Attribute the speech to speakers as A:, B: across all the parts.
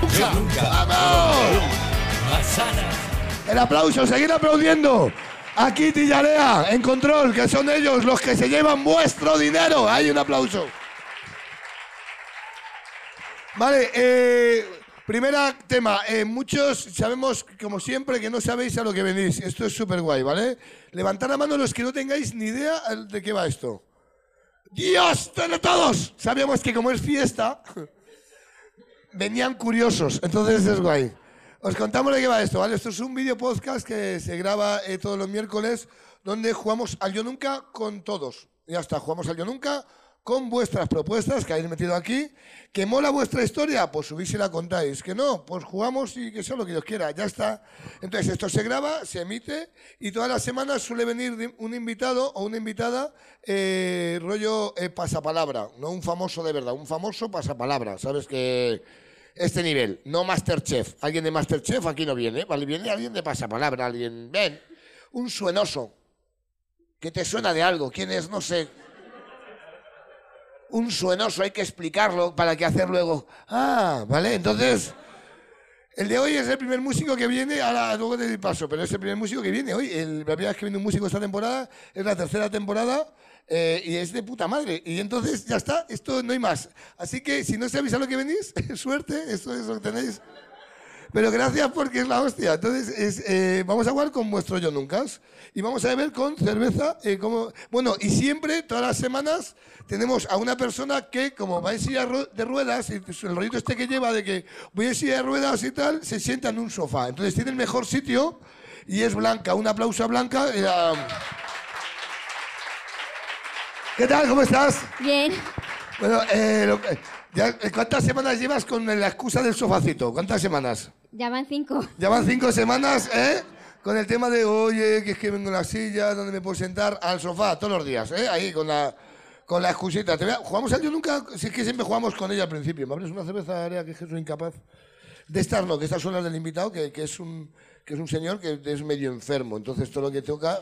A: roja. ¡Vamos! El aplauso, seguir aplaudiendo. Aquí Tillarea, en control, que son ellos los que se llevan vuestro dinero. Hay un aplauso. Vale, eh, primera tema. Eh, muchos sabemos, como siempre, que no sabéis a lo que venís. Esto es súper guay, ¿vale? Levantad la mano los que no tengáis ni idea de qué va esto. ¡Dios, de todos! Sabíamos que como es fiesta, venían curiosos. Entonces es guay. Os contamos de qué va esto, ¿vale? Esto es un video podcast que se graba eh, todos los miércoles, donde jugamos al Yo Nunca con todos. Ya está, jugamos al Yo Nunca con vuestras propuestas que habéis metido aquí. ¿Que mola vuestra historia? Pues subís y la contáis. ¿Que no? Pues jugamos y que sea lo que Dios quiera, ya está. Entonces, esto se graba, se emite y todas las semanas suele venir di- un invitado o una invitada eh, rollo eh, pasapalabra, no un famoso de verdad, un famoso pasapalabra, ¿sabes? Que este nivel, no Masterchef. Alguien de Masterchef aquí no viene, ¿vale? Viene alguien de pasapalabra, alguien, ven, un suenoso, que te suena de algo, quién es, no sé, un suenoso, hay que explicarlo para que hacer luego. Ah, vale, entonces. El de hoy es el primer músico que viene, ahora luego te doy paso, pero es el primer músico que viene hoy. El, la primera vez que viene un músico esta temporada, es la tercera temporada eh, y es de puta madre. Y entonces ya está, esto no hay más. Así que si no sabéis a lo que venís, suerte, esto es lo que tenéis. Pero gracias porque es la hostia. Entonces, es, eh, vamos a jugar con vuestro Yo Nunca. Y vamos a beber con cerveza. eh, como... Bueno, y siempre, todas las semanas, tenemos a una persona que, como va en silla ru- de ruedas, y el rollito este que lleva de que voy en silla de ruedas y tal, se sienta en un sofá. Entonces, tiene el mejor sitio y es blanca. Un aplauso a Blanca. eh, a- ¿Qué tal? ¿Cómo estás?
B: Bien,
A: Bueno, eh, lo- eh, ya- ¿cuántas semanas llevas con la excusa del sofacito? ¿Cuántas semanas?
B: ya van cinco.
A: Ya van cinco semanas, ¿eh? Con el tema de, oye, que es que vengo en la silla, donde me puedo sentar? Al sofá, todos los días, ¿eh? Ahí, con la, con la excusita. Te voy a- jugamos al yo nunca, si es que siempre jugamos con ella al principio. ¿Me abres una cerveza, Area, que es que soy incapaz? De estas no, que estas son las del invitado, que, que es, un, que es un señor que es medio enfermo. Entonces, todo lo que toca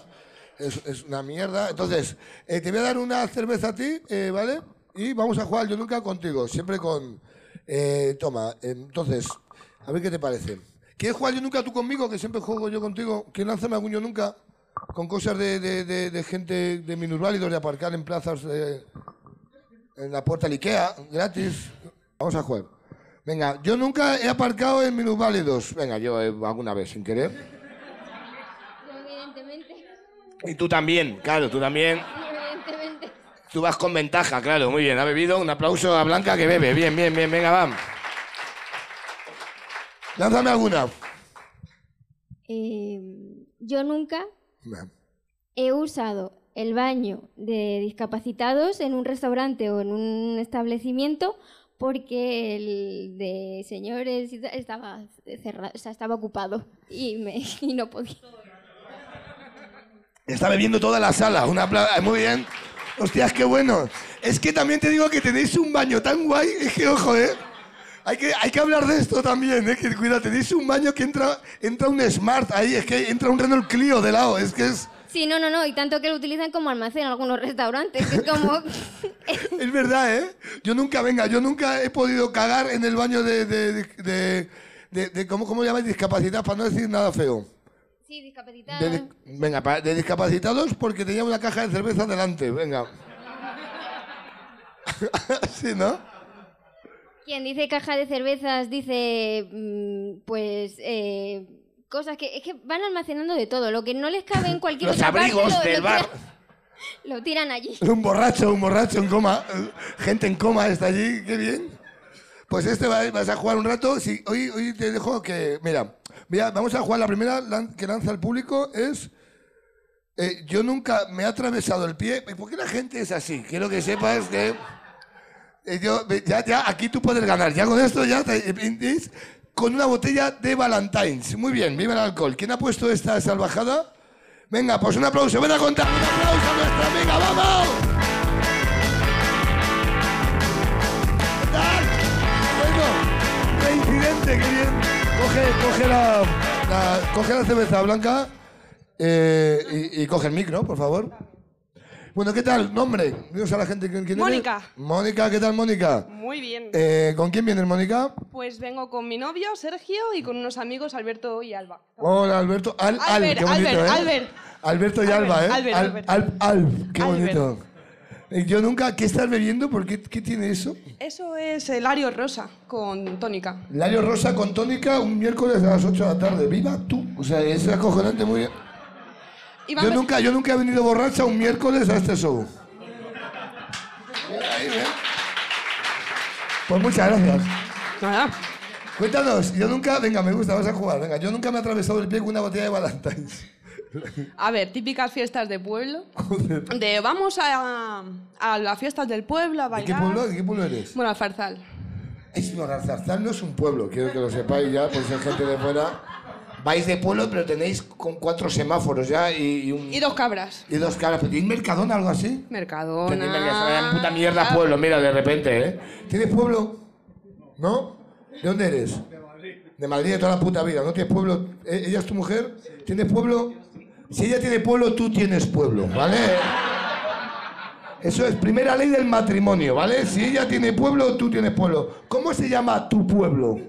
A: es, es una mierda. Entonces, eh, te voy a dar una cerveza a ti, eh, ¿vale? Y vamos a jugar al yo nunca contigo, siempre con... eh, toma, entonces, a ver qué te parece. ¿Quieres jugar yo nunca tú conmigo? Que siempre juego yo contigo. ¿Quieres lanzarme algún yo nunca? Con cosas de, de- de- de gente de minusválidos, de aparcar en plazas, de- en la puerta del Ikea, gratis. Vamos a jugar. Venga, yo nunca he aparcado en minusválidos. Venga, yo eh, alguna vez, sin querer.
B: Evidentemente,
A: Y tú también, claro, tú también.
B: evidentemente.
A: Tú vas con ventaja, claro, muy bien. Ha bebido, un aplauso a Blanca que bebe. Bien, bien, bien, venga, vamos. Lánzame alguna.
B: Eh, yo nunca he usado el baño de discapacitados en un restaurante o en un establecimiento porque el de señores y tal estaba cerrado, o sea, estaba ocupado y, me, y no podía.
A: Está bebiendo toda la sala. Una apla- eh, Muy bien. Hostias, qué bueno. Es que también te digo que tenéis un baño tan guay. Es que, ojo, ¿eh? Hay que, hay que hablar de esto también, ¿eh? Que, cuidado, tenéis un baño que entra, entra un Smart ahí. Es que entra un Renault Clio de lado. Es que es...
B: Sí, no, no, no, y tanto que lo utilizan como almacén en algunos restaurantes, que es como...
A: Es verdad, ¿eh? Yo nunca, venga, yo nunca he podido cagar en el baño de... de, de, de- de- de- ¿cómo, ¿Cómo llamáis? Discapacidad, para no decir nada feo.
B: sí,
A: De
B: discapacitados.
A: dis- venga, pa- de discapacitados porque tenía una caja de cerveza delante, venga. sí, ¿no?
B: Quien dice caja de cervezas dice, mm, pues, eh, cosas que es que van almacenando de todo. Lo que no les cabe en cualquier
A: Los
B: otra parte,
A: abrigos
B: lo-
A: del
B: lo
A: bar.
B: tiran- lo tiran allí.
A: Un borracho, un borracho en coma. eh, Gente en coma está allí, qué bien. Pues este va- vas a jugar un rato. Sí, hoy, hoy te dejo que. Mira, mira, vamos a jugar la primera lan- que lanza el público es. eh, yo nunca me he atravesado el pie. ¿Por qué la gente es así? Quiero que sepas que. eh, yo, ya, ya, aquí tú puedes ganar. Ya con esto, ya te es con una botella de Valentine's. Muy bien, viva el alcohol. ¿Quién ha puesto esta salvajada? Venga, pues un aplauso. Ven a contar un aplauso a nuestra amiga. ¡Vamos! ¿Qué tal? Bueno, reincidente, qué bien. Coge, coge, la, la- coge la cerveza blanca eh, y, y coge el micro, por favor. Bueno, ¿qué tal? Nombre. Dios a la gente quién quién eres?
C: Mónica.
A: Mónica, ¿qué tal, Mónica?
C: Muy bien.
A: Eh, ¿Con quién vienes, Mónica?
C: Pues vengo con mi novio, Sergio, y con unos amigos, Alberto y Alba.
A: Hola, Alberto. Al, Al,
C: Albert,
A: qué bonito,
C: Albert,
A: ¿eh?
C: Albert.
A: Alberto y
C: Albert,
A: Alba, ¿eh?
C: Albert,
A: Al-
C: Albert.
A: Al- Al, qué
C: Albert.
A: bonito. Eh, Yo nunca, ¿qué estás bebiendo? ¿Por qué, qué tiene eso?
C: Eso es el Ario Rosa con tónica.
A: Lario Rosa con tónica un miércoles a las 8 de la tarde. ¡Viva tú! O sea, es acojonante muy bien.
C: Y
A: Yo
C: vamos-
A: nunca, yo nunca he venido borracha un miércoles a este show. Bien ahí, bien. Pues muchas gracias.
C: Nada.
A: Cuéntanos, yo nunca, venga, me gusta, vas a jugar, venga, yo nunca me he atravesado el pie con una botella de Valentine's.
C: A ver, típicas fiestas de pueblo.
A: Joder.
C: De vamos a, a las fiestas del pueblo a
A: ¿De qué
C: bailar.
A: pueblo, de qué pueblo eres?
C: Bueno, al Farzal.
A: Es, no, Zarzal no es un pueblo, quiero que lo sepáis ya, por ser gente de fuera. Vais de pueblo, pero tenéis con cuatro semáforos ya y, y un...
C: Y dos cabras.
A: y dos caras. ¿Pero ¿Tenéis Mercadona algo así?
C: Mercadona.
A: Tenía que se vaya en puta mierda pueblo, mira, de repente, ¿eh? ¿Tienes pueblo? ¿No? ¿De dónde eres? De Madrid. De Madrid de toda la puta vida, ¿no tienes pueblo? ¿E- ¿Ella es tu mujer? ¿Tienes pueblo? Si ella tiene pueblo, tú tienes pueblo, ¿vale? Eso es primera ley del matrimonio, ¿vale? Si ella tiene pueblo, tú tienes pueblo. ¿Cómo se llama tu pueblo?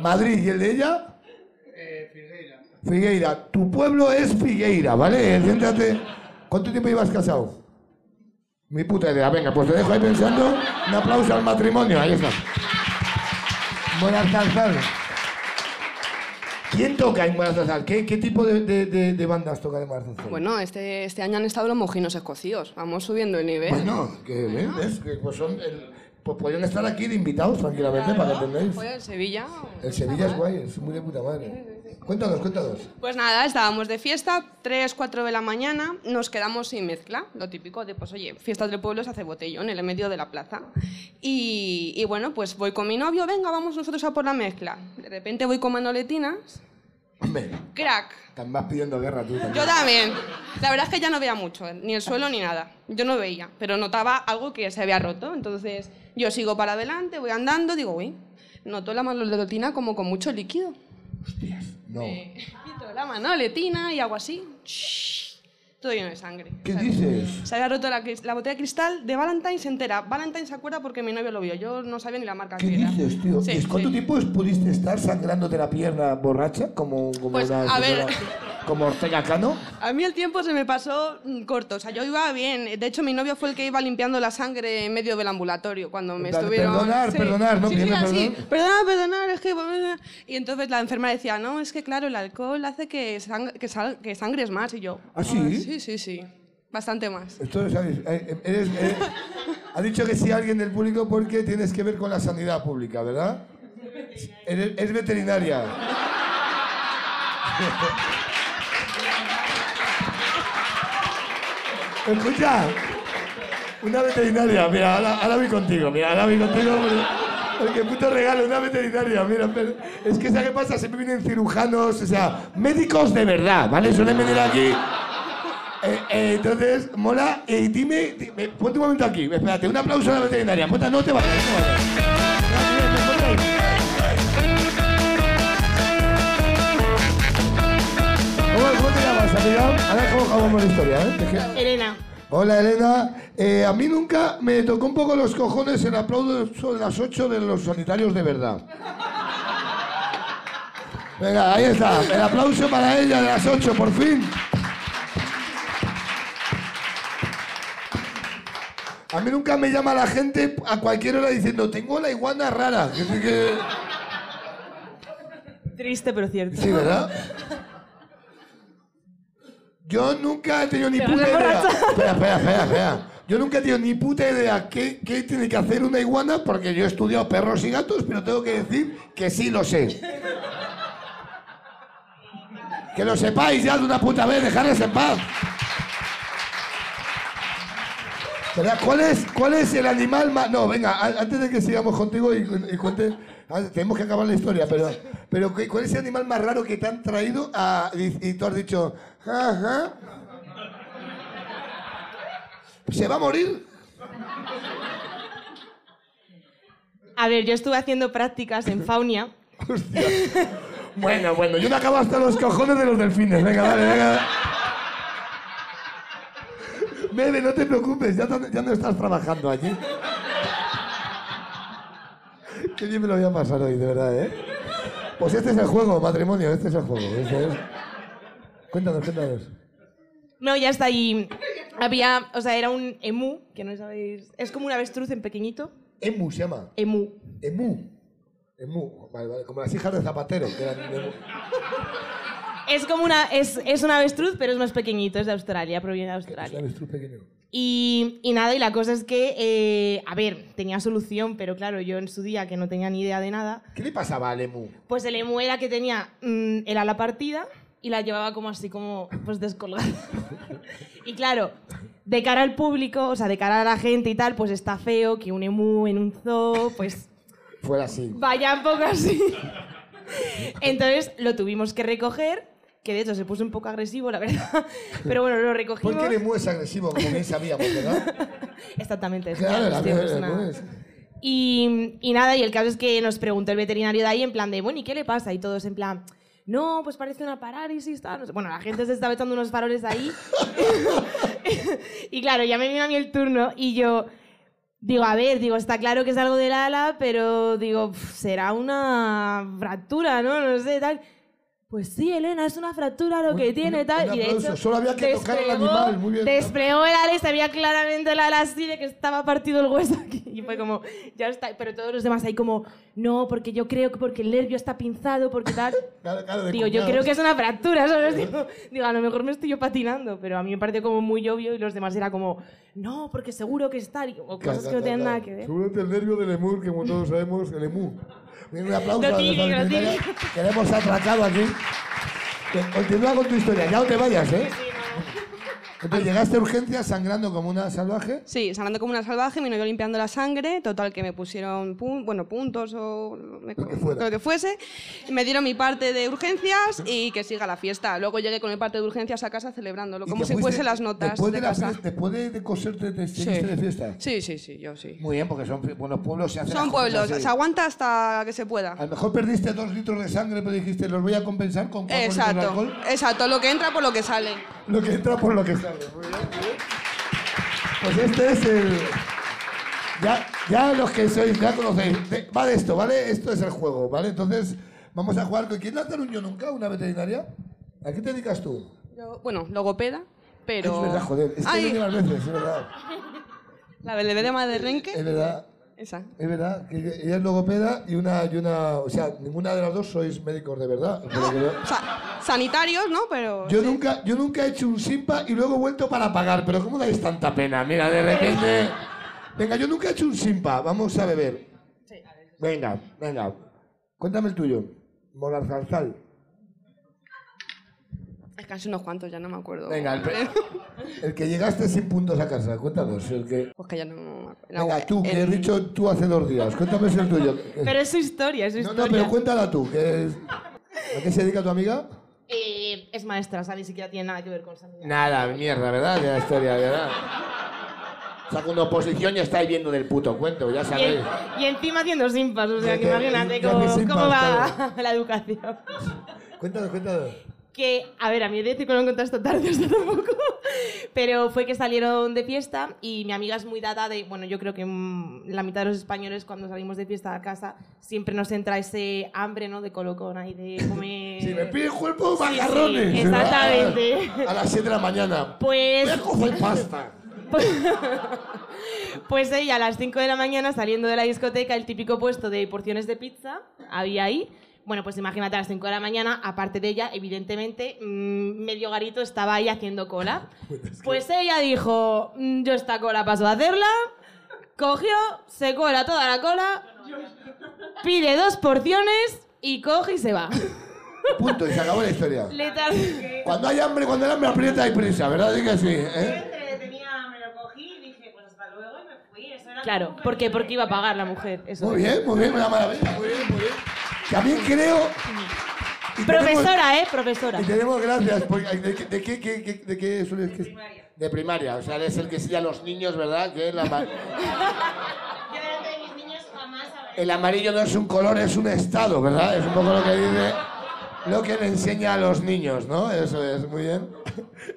A: Madrid. ¿Y el de ella? Eh, Figueira, tu pueblo es Figueira, ¿vale? Siéntate. ¿Cuánto tiempo llevas casado? Mi puta idea. Venga, pues te dejo ahí pensando. Un aplauso al matrimonio. Ahí está. Buenas tardes. ¿Quién toca en Buenas ¿Qué, ¿Qué tipo de, de- de- de bandas toca en Buenas
C: Bueno, este, este año han estado los mojinos escocíos. Vamos subiendo el nivel.
A: Bueno, que, ¿eh? ¿ves? Que, pues, son el- pues podrían estar aquí de invitados tranquilamente, para que entendáis.
C: Oye, en Ah, pues, Sevilla.
A: El Sevilla es guay, es muy de puta madre. Cuéntanos, cuéntanos.
C: Pues nada, estábamos de fiesta, 3, 4 de la mañana, nos quedamos sin mezcla, lo típico de, pues oye, fiestas del pueblo se hace botellón en el medio de la plaza. Y, y bueno, pues voy con mi novio, venga, vamos nosotros a por la mezcla. De repente voy con manoletinas,
A: Hombre,
C: crack.
A: están más pidiendo guerra tú también.
C: Yo también. La verdad es que ya no veía mucho, eh, ni el suelo ni nada. Yo no veía, pero notaba algo que se había roto. Entonces yo sigo para adelante, voy andando, digo, uy, noto la manoletina como con mucho líquido.
A: No.
C: Eh, quito la manoletina y hago así. shhh, Todo lleno de sangre.
A: ¿Qué
C: O sea,
A: dices?
C: Se había roto la, cris- la botella de cristal de Valentine se entera. Valentine se acuerda porque mi novio lo vio. Yo no sabía ni la marca
A: ¿Qué
C: que era.
A: dices, tío?
C: Sí,
A: ¿Y cuánto
C: sí.
A: tiempo pudiste estar sangrándote la pierna borracha como, como
C: Pues,
A: una
C: a ver.
A: señora- como Ortega Cano?
C: A mí el tiempo se me pasó mm, corto. O sea, yo iba bien. De hecho, mi novio fue el que iba limpiando la sangre en medio del ambulatorio cuando me
A: Dale,
C: estuvieron.
A: perdonar, perdonar, ¿no?
C: Sí,
A: Pidiendo
C: sí, así,
A: perdón.
C: Perdonar, perdonar, es que. Y entonces la enfermera decía, no, es que claro, el alcohol hace que, sang- que, sal- que sangres más. Y yo.
A: ¿Ah, sí?
C: sí, sí, sí. Bastante más.
A: Esto lo sabéis. Eh, eres- eres- ha dicho que sí alguien del público porque tienes que ver con la sanidad pública, ¿verdad? Eres- Es veterinaria. Escucha, una veterinaria, mira, ahora, ahora voy contigo, mira, ahora voy contigo. porque- Qué puto regalo, una veterinaria, mira, pero- es que ¿sabes qué pasa? Siempre vienen cirujanos, o sea, médicos de verdad, ¿vale? Suelen venir aquí eh, eh, entonces, mola, eh, dime, dime, ponte un momento aquí, espérate, un aplauso a la veterinaria. Ponte, no te vayas, no te vayas. Gracias, ponte ahí. ¿Cómo, cómo te llamas, amiga? Ahora cómo acabamos la historia, ¿eh? Es que-
C: Elena.
A: Hola, Elena. Eh, a mí nunca me tocó un poco los cojones el aplauso de las 8 de los sanitarios de verdad. Venga, ahí está. El aplauso para ella de las 8, por fin. A mí nunca me llama la gente a cualquier hora diciendo, tengo la iguana rara. Que sí que-
D: Triste, pero cierto.
A: Sí, ¿verdad? Yo nunca he tenido ni
D: Te vas
A: puta
D: de
A: idea.
D: borracha.
A: Espera, espera, espera, espera. Yo nunca he tenido ni puta idea qué, qué tiene que hacer una iguana porque yo he estudiado perros y gatos, pero tengo que decir que sí lo sé. Que lo sepáis ya de una puta vez, dejarles en paz. Espera, ¿Cuál es, ¿Cuál es el animal más.? No, venga, a- antes de que sigamos contigo y, cu- y cuente. ah, Tenemos que acabar la historia, pero, pero ¿cu- ¿cuál es el animal más raro que te han traído a- y, y tú has dicho. Ajá. ¿Se va a morir?
D: A ver, yo estuve haciendo prácticas en Faunia.
A: Hostia. Bueno, bueno, yo me acabo hasta los cojones de los delfines. Venga, dale, venga. Bebe, no te preocupes, ya, no- ya no estás trabajando allí. Qué bien me lo voy a pasar hoy, de verdad, ¿eh? Pues este es el juego, matrimonio, este es el juego. este es. Cuéntanos, cuéntanos.
D: No, ya está. Y había, o sea, era un emu, que no sabéis. Es como un avestruz en pequeñito.
A: Emu se llama.
D: Emu.
A: Emu. Emu. Vale, vale, como las hijas de Zapatero. que eran emu.
D: Es como una. Es, es un avestruz, pero es más pequeñito, es de Australia, proviene de
A: Es un
D: Australia.
A: avestruz pequeño.
D: Y, y nada, y la cosa es que, eh, a ver, tenía solución, pero claro, yo en su día, que no tenía ni idea de nada,
A: ¿Qué le pasaba al emu?
D: pues el emu era que tenía mm, el ala partida y la llevaba como así, como pues descolgada. y claro, de cara al público, o sea, de cara a la gente y tal, pues está feo que un emu en un zoo, pues
A: Fuera así.
D: vaya un poco así. Entonces lo tuvimos que recoger, que de hecho se puso un poco agresivo, la verdad, pero bueno, lo recogimos.
A: Porque el emu es agresivo, como bien sabíamos, ¿verdad?
D: Exactamente, es
A: Claro,
D: una
A: la
D: cuestión, es
A: verdad,
D: una-
A: pues.
D: Y, y nada, y el caso es que nos preguntó el veterinario de ahí en plan de, bueno, ¿y qué le pasa? Y todos en plan, no, pues parece una parálisis, tal. no sé". Bueno, la gente se estaba echando unos faroles ahí. y claro, ya me vino a mí el turno y yo digo, a ver, digo, está claro que es algo del ala, pero digo, "Pf, será una fractura, ¿no? No sé, tal. Pues sí, Elena, es una fractura lo
A: Un-
D: que
A: un-
D: tiene, tal.
A: un
D: y de
A: aplauso.
D: hecho,
A: Solo había que tocar al animal, muy bien.
D: desplegó el ala y se veía claramente el ala así de que estaba partido el hueso aquí. Y fue como, ya está. Pero todos los demás ahí como, no, porque yo creo que porque el nervio está pinzado, porque tal.
A: Claro, claro, de
D: Digo, yo
A: cuñados.
D: creo que es una fractura, ¿sabes? Digo, digo, a lo mejor me estoy yo patinando, pero a mí me pareció como muy obvio y los demás era como, no, porque seguro que está, y como
A: Claro,
D: cosas que
A: claro,
D: no tienen
A: claro.
D: nada que ver.
A: Seguramente el nervio del emú, que como todos sabemos, el emú. Bien, un aplauso.
D: Lo
A: a
D: típico,
A: nuestra
D: lo
A: veterinaria, que la hemos atracado aquí. Que- Continúa con tu historia, ya no te vayas, ¿eh? Entonces llegaste a urgencias sangrando como una salvaje.
C: Sí, sangrando como una salvaje, mi novio limpiando la sangre, total que me pusieron pun- bueno, puntos o me-
A: Lo que fuera.
C: lo que fuese, me dieron mi parte de urgencias y que siga la fiesta. Luego llegué con mi parte de urgencias a casa celebrándolo,
A: y
C: como
A: te
C: si
A: fuiste-
C: fuese las notas
A: Después de,
C: de,
A: la
C: casa.
A: fiesta- después de, de coserte, te
C: Sí.
A: seguiste de fiesta.
C: Sí, sí, sí, yo sí.
A: Muy bien, porque son buenos pueblos. Se hacen
C: Son
A: las cosas
C: pueblos,
A: así.
C: se aguanta hasta que se pueda.
A: A lo mejor perdiste dos litros de sangre, pero dijiste, los voy a compensar con cuatro litros de
C: Exacto,
A: alcohol.
C: exacto, lo que entra por lo que sale.
A: Lo que entra por lo que sale. Muy bien, muy bien. Pues este es el. Ya, ya los que sois, ya conocéis. De- va de esto, ¿vale? Esto es el juego, ¿vale? Entonces, vamos a jugar. con- ¿Quién lanzar un yo nunca? ¿Una veterinaria? ¿A qué te dedicas tú?
C: Yo, bueno, logopeda, pero...
A: Es verdad, joder. Es que
C: Ay,
A: viene más veces, es verdad.
C: la belebedema de Renque,
A: Es verdad.
C: esa.
A: Es verdad, que que ella es logopeda y una, y una. O sea, ninguna de las dos sois médicos de verdad. por lo que veo.
C: Sa- sanitarios, ¿no? Pero...
A: Yo nunca, yo nunca he hecho un simpa y luego he vuelto para pagar, pero ¿cómo dais tanta pena? Mira, de repente. Venga, yo nunca he hecho un simpa, vamos a beber. Venga, venga. Cuéntame el tuyo. Morazarzal.
C: Es casi unos cuantos, ya no me acuerdo.
A: Venga, el, pe- el que llegaste sin puntos a casa, cuéntanos. El que...
C: Pues que ya no me acuerdo.
A: Venga, tú, que
C: el-
A: he dicho tú hace dos días. Cuéntame si el tuyo.
D: Pero es su historia, es su
A: No, no,
D: historia.
A: pero cuéntala tú. Que es- ¿A qué se dedica tu amiga?
D: Eh, es maestra, o sea, ni siquiera tiene nada que ver con sanidad.
A: Nada, mierda, ¿verdad? De la historia, ¿verdad? Saco una oposición y estáis viendo del puto cuento, ya
D: Y, en- y encima haciendo simpas, o sea,
A: Ya
D: que
A: que-
D: imagínate
A: ya que
D: cómo,
A: simpas,
D: cómo va la educación.
A: Cuéntanos, cuéntanos.
D: Que, a ver, a mí de decir que lo encontré esta tarde, hasta tampoco. Pero fue que salieron de fiesta y mi amiga es muy dada de. Bueno, yo creo que mm, la mitad de los españoles, cuando salimos de fiesta a casa, siempre nos entra ese hambre, ¿no? De colocón ahí, de comer.
A: Si me pide el cuerpo, macarrones.
D: sí, exactamente.
A: A las 7 de la mañana.
D: Pues.
A: Voy a coger pasta.
D: Pues ella a las 5 de la mañana saliendo de la discoteca, el típico puesto de porciones de pizza había ahí. Bueno, pues imagínate a las 5 de la mañana, aparte de ella, evidentemente, mm, medio garito estaba ahí haciendo cola. Pues ella dijo, "Mm, yo esta cola paso a hacerla, cogió, se cola toda la cola, pide dos porciones y coge y se va.
A: Punto, y se acabó la historia.
D: Literal-
A: Cuando hay hambre, cuando el hambre aprieta, hay prisa, ¿verdad? Sí que sí. ¿eh?
D: Claro, ¿por qué? Porque iba a pagar la mujer. Eso
A: Muy
D: es.
A: bien, muy bien, una maravilla. Muy bien, muy bien. También creo. y tenemos-
D: Profesora, ¿eh? Profesora.
A: Y tenemos gracias. porque- ¿De, qué- de qué, qué- qué- de qué sueles que- De primaria, o sea, es el que enseña a los niños, ¿verdad? Que la ma- el amarillo no es un color, es un estado, ¿verdad? Es un poco lo que dice, lo que le enseña a los niños, ¿no? Eso es, muy bien.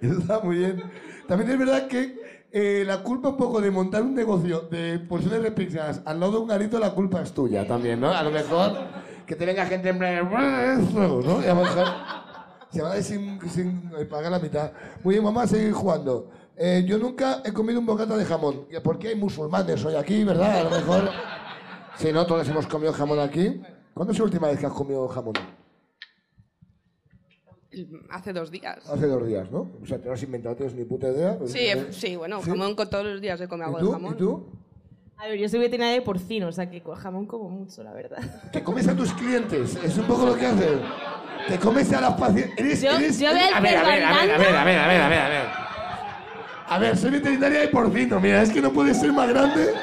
A: Está muy bien. También es verdad que eh, la culpa un poco de montar un negocio de porciones de pizzas al lado de un garito, la culpa es tuya también, ¿no? A lo mejor que te venga gente en plan, "Eso", ¿no? Y a lo mejor se va a ir sin, sin eh, pagar la mitad. Muy bien, vamos a seguir jugando. Eh, yo nunca he comido un bocata de jamón, porque hay musulmanes hoy aquí, ¿verdad? A lo mejor, si no, todos hemos comido jamón aquí. ¿Cuándo es la última vez que has comido jamón?
C: Hace dos días.
A: Hace dos días, ¿no? O sea, te lo has inventado, tienes ni puta idea.
C: Sí, eh, sí, bueno,
A: ¿Sí?
C: jamón con todos los días se come
A: ¿Y
C: algo de
A: tú?
C: jamón.
A: ¿Y tú?
D: A ver, yo soy veterinaria de porcino, o sea que con jamón como mucho, la verdad.
A: Te comes a tus clientes, es un poco lo que haces. Te comes a las pacientes. Eres,
D: Yo-
A: eres-
D: yo veo el
A: a, ver, a ver, a ver, a ver,
D: cerdo
A: a ver, a ver, a ver, a ver. A ver, soy veterinaria de porcino, mira, es que no puede ser más grande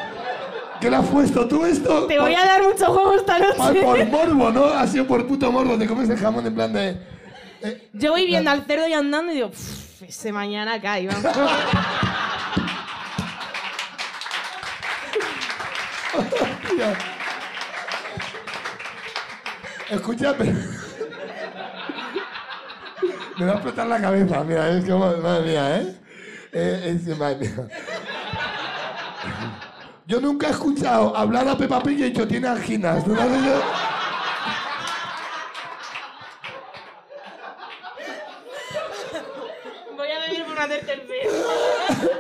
A: que lo has puesto tú esto.
D: Te voy a dar mucho juego esta
A: Pa-
D: noche.
A: por morbo, ¿no? Ha sido por puto morbo, te comes el jamón en plan de... eh,
D: Yo voy viendo al cerdo y andando y digo, "Pff, ese mañana cae, vamos.
A: Mira. Escúchame. Me va a explotar la cabeza, mira, es que madre mía, ¿eh? Eh, es- madre mía. Yo nunca he escuchado hablar a Peppa Pig y he dicho, tiene anginas. ¿Tú no has dicho?
D: Voy a beber por hacer tercero.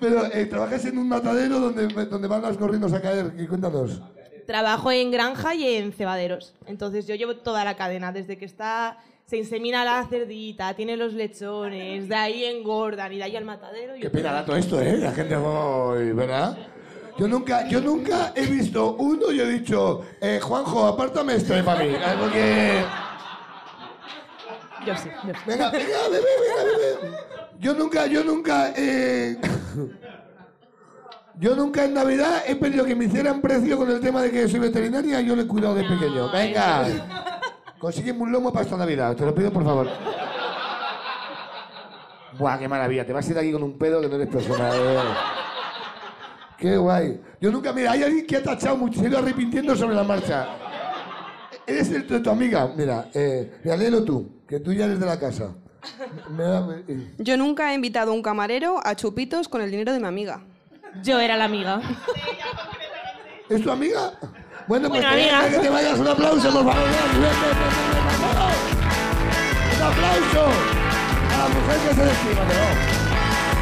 A: Pero eh, trabajas en un matadero donde, donde van las corrientes a caer. Y cuéntanos.
D: Trabajo en granja y en cebaderos. Entonces yo llevo toda la cadena, desde que está se insemina la cerdita, tiene los lechones, de ahí engordan y de ahí al matadero. y-
A: Qué pena da todo esto, ¿eh? La gente, hoy, ¿verdad? Yo nunca, yo nunca he visto uno y he dicho, eh, Juanjo, apártame esto de para mí. eh, Porque...
D: Yo sí, yo sí.
A: Venga, venga, bebé, venga, bebé. Yo nunca, yo nunca... eh, Yo nunca en Navidad he pedido que me hicieran precio con el tema de que soy veterinaria y yo le he cuidado de pequeño. Venga, consígueme un lomo para esta Navidad, te lo pido por favor. Buah, qué maravilla, te vas a ir de aquí con un pedo que no eres persona. eh. Qué guay. Yo nunca, mira, hay alguien que ha tachado mucho, se ha ido arrepintiendo sobre la marcha. Eres el, de tu amiga, mira, eh, mira, léelo tú, que tú ya eres de la casa. Me da- me-
C: Yo nunca he invitado a un camarero a chupitos con el dinero de mi amiga.
D: Yo era la amiga.
A: ¿Es tu amiga? Bueno, pues te voy
D: Bueno,
A: a
D: amiga.
A: hacer que te vayas. Un aplauso, por favor. Ven, ven, ven, ven, ven, ven, vamos. Un aplauso a la mujer que se desfila, pero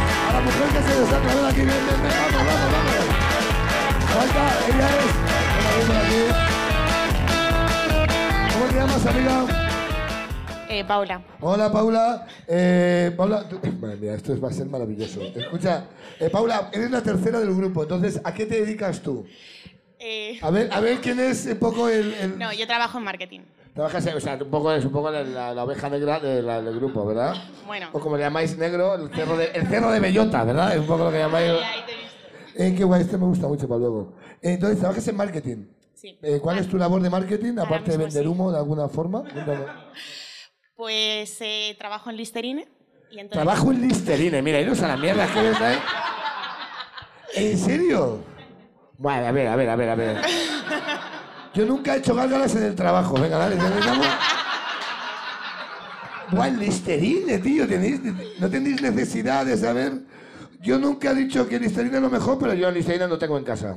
A: a la mujer que se desata. Ven aquí, ven, ven, ven, vamos, vamos, vamos. Falta, ella es. Ven aquí, ven aquí. ¿Cómo te llamas, amiga?
E: Eh, Paula.
A: Hola, Paula. Eh, Paula, tú- madre mía, esto va a ser maravilloso. Escucha, eh, Paula, eres la tercera del grupo, entonces, ¿a qué te dedicas tú?
E: Eh,
A: A ver, a ver quién es un poco el. el-
E: no, yo trabajo en marketing.
A: Trabajas, o sea, un poco es un poco la, la- la oveja negra de la- del grupo, ¿verdad?
E: Bueno.
A: O como le llamáis negro, el cerro de, el cerro de bellota, ¿verdad? Es un poco lo que llamáis.
E: Ahí te he visto.
A: Eh, qué guay, este me gusta mucho para luego. Eh, Entonces, trabajas en marketing.
E: Sí.
A: Eh, ¿Cuál es tu labor de marketing,
E: Ahora
A: aparte de
E: mismo
A: vender
E: sí.
A: humo de alguna forma? Cuéntame.
E: Pues eh, trabajo en Listerine. Y entonces,
A: Trabajo en Listerine, mira, iros a la mierda, es que ves, ¿eh? ¿En serio? Bueno, a ver, a ver, a ver, a ver. Yo nunca he hecho gárgaras en el trabajo, venga, dale, dale, vamos. Buah, en Listerine, tío, tenéis, no tenéis necesidad de saber. Yo nunca he dicho que Listerine es lo mejor, pero yo Listerine no tengo en casa.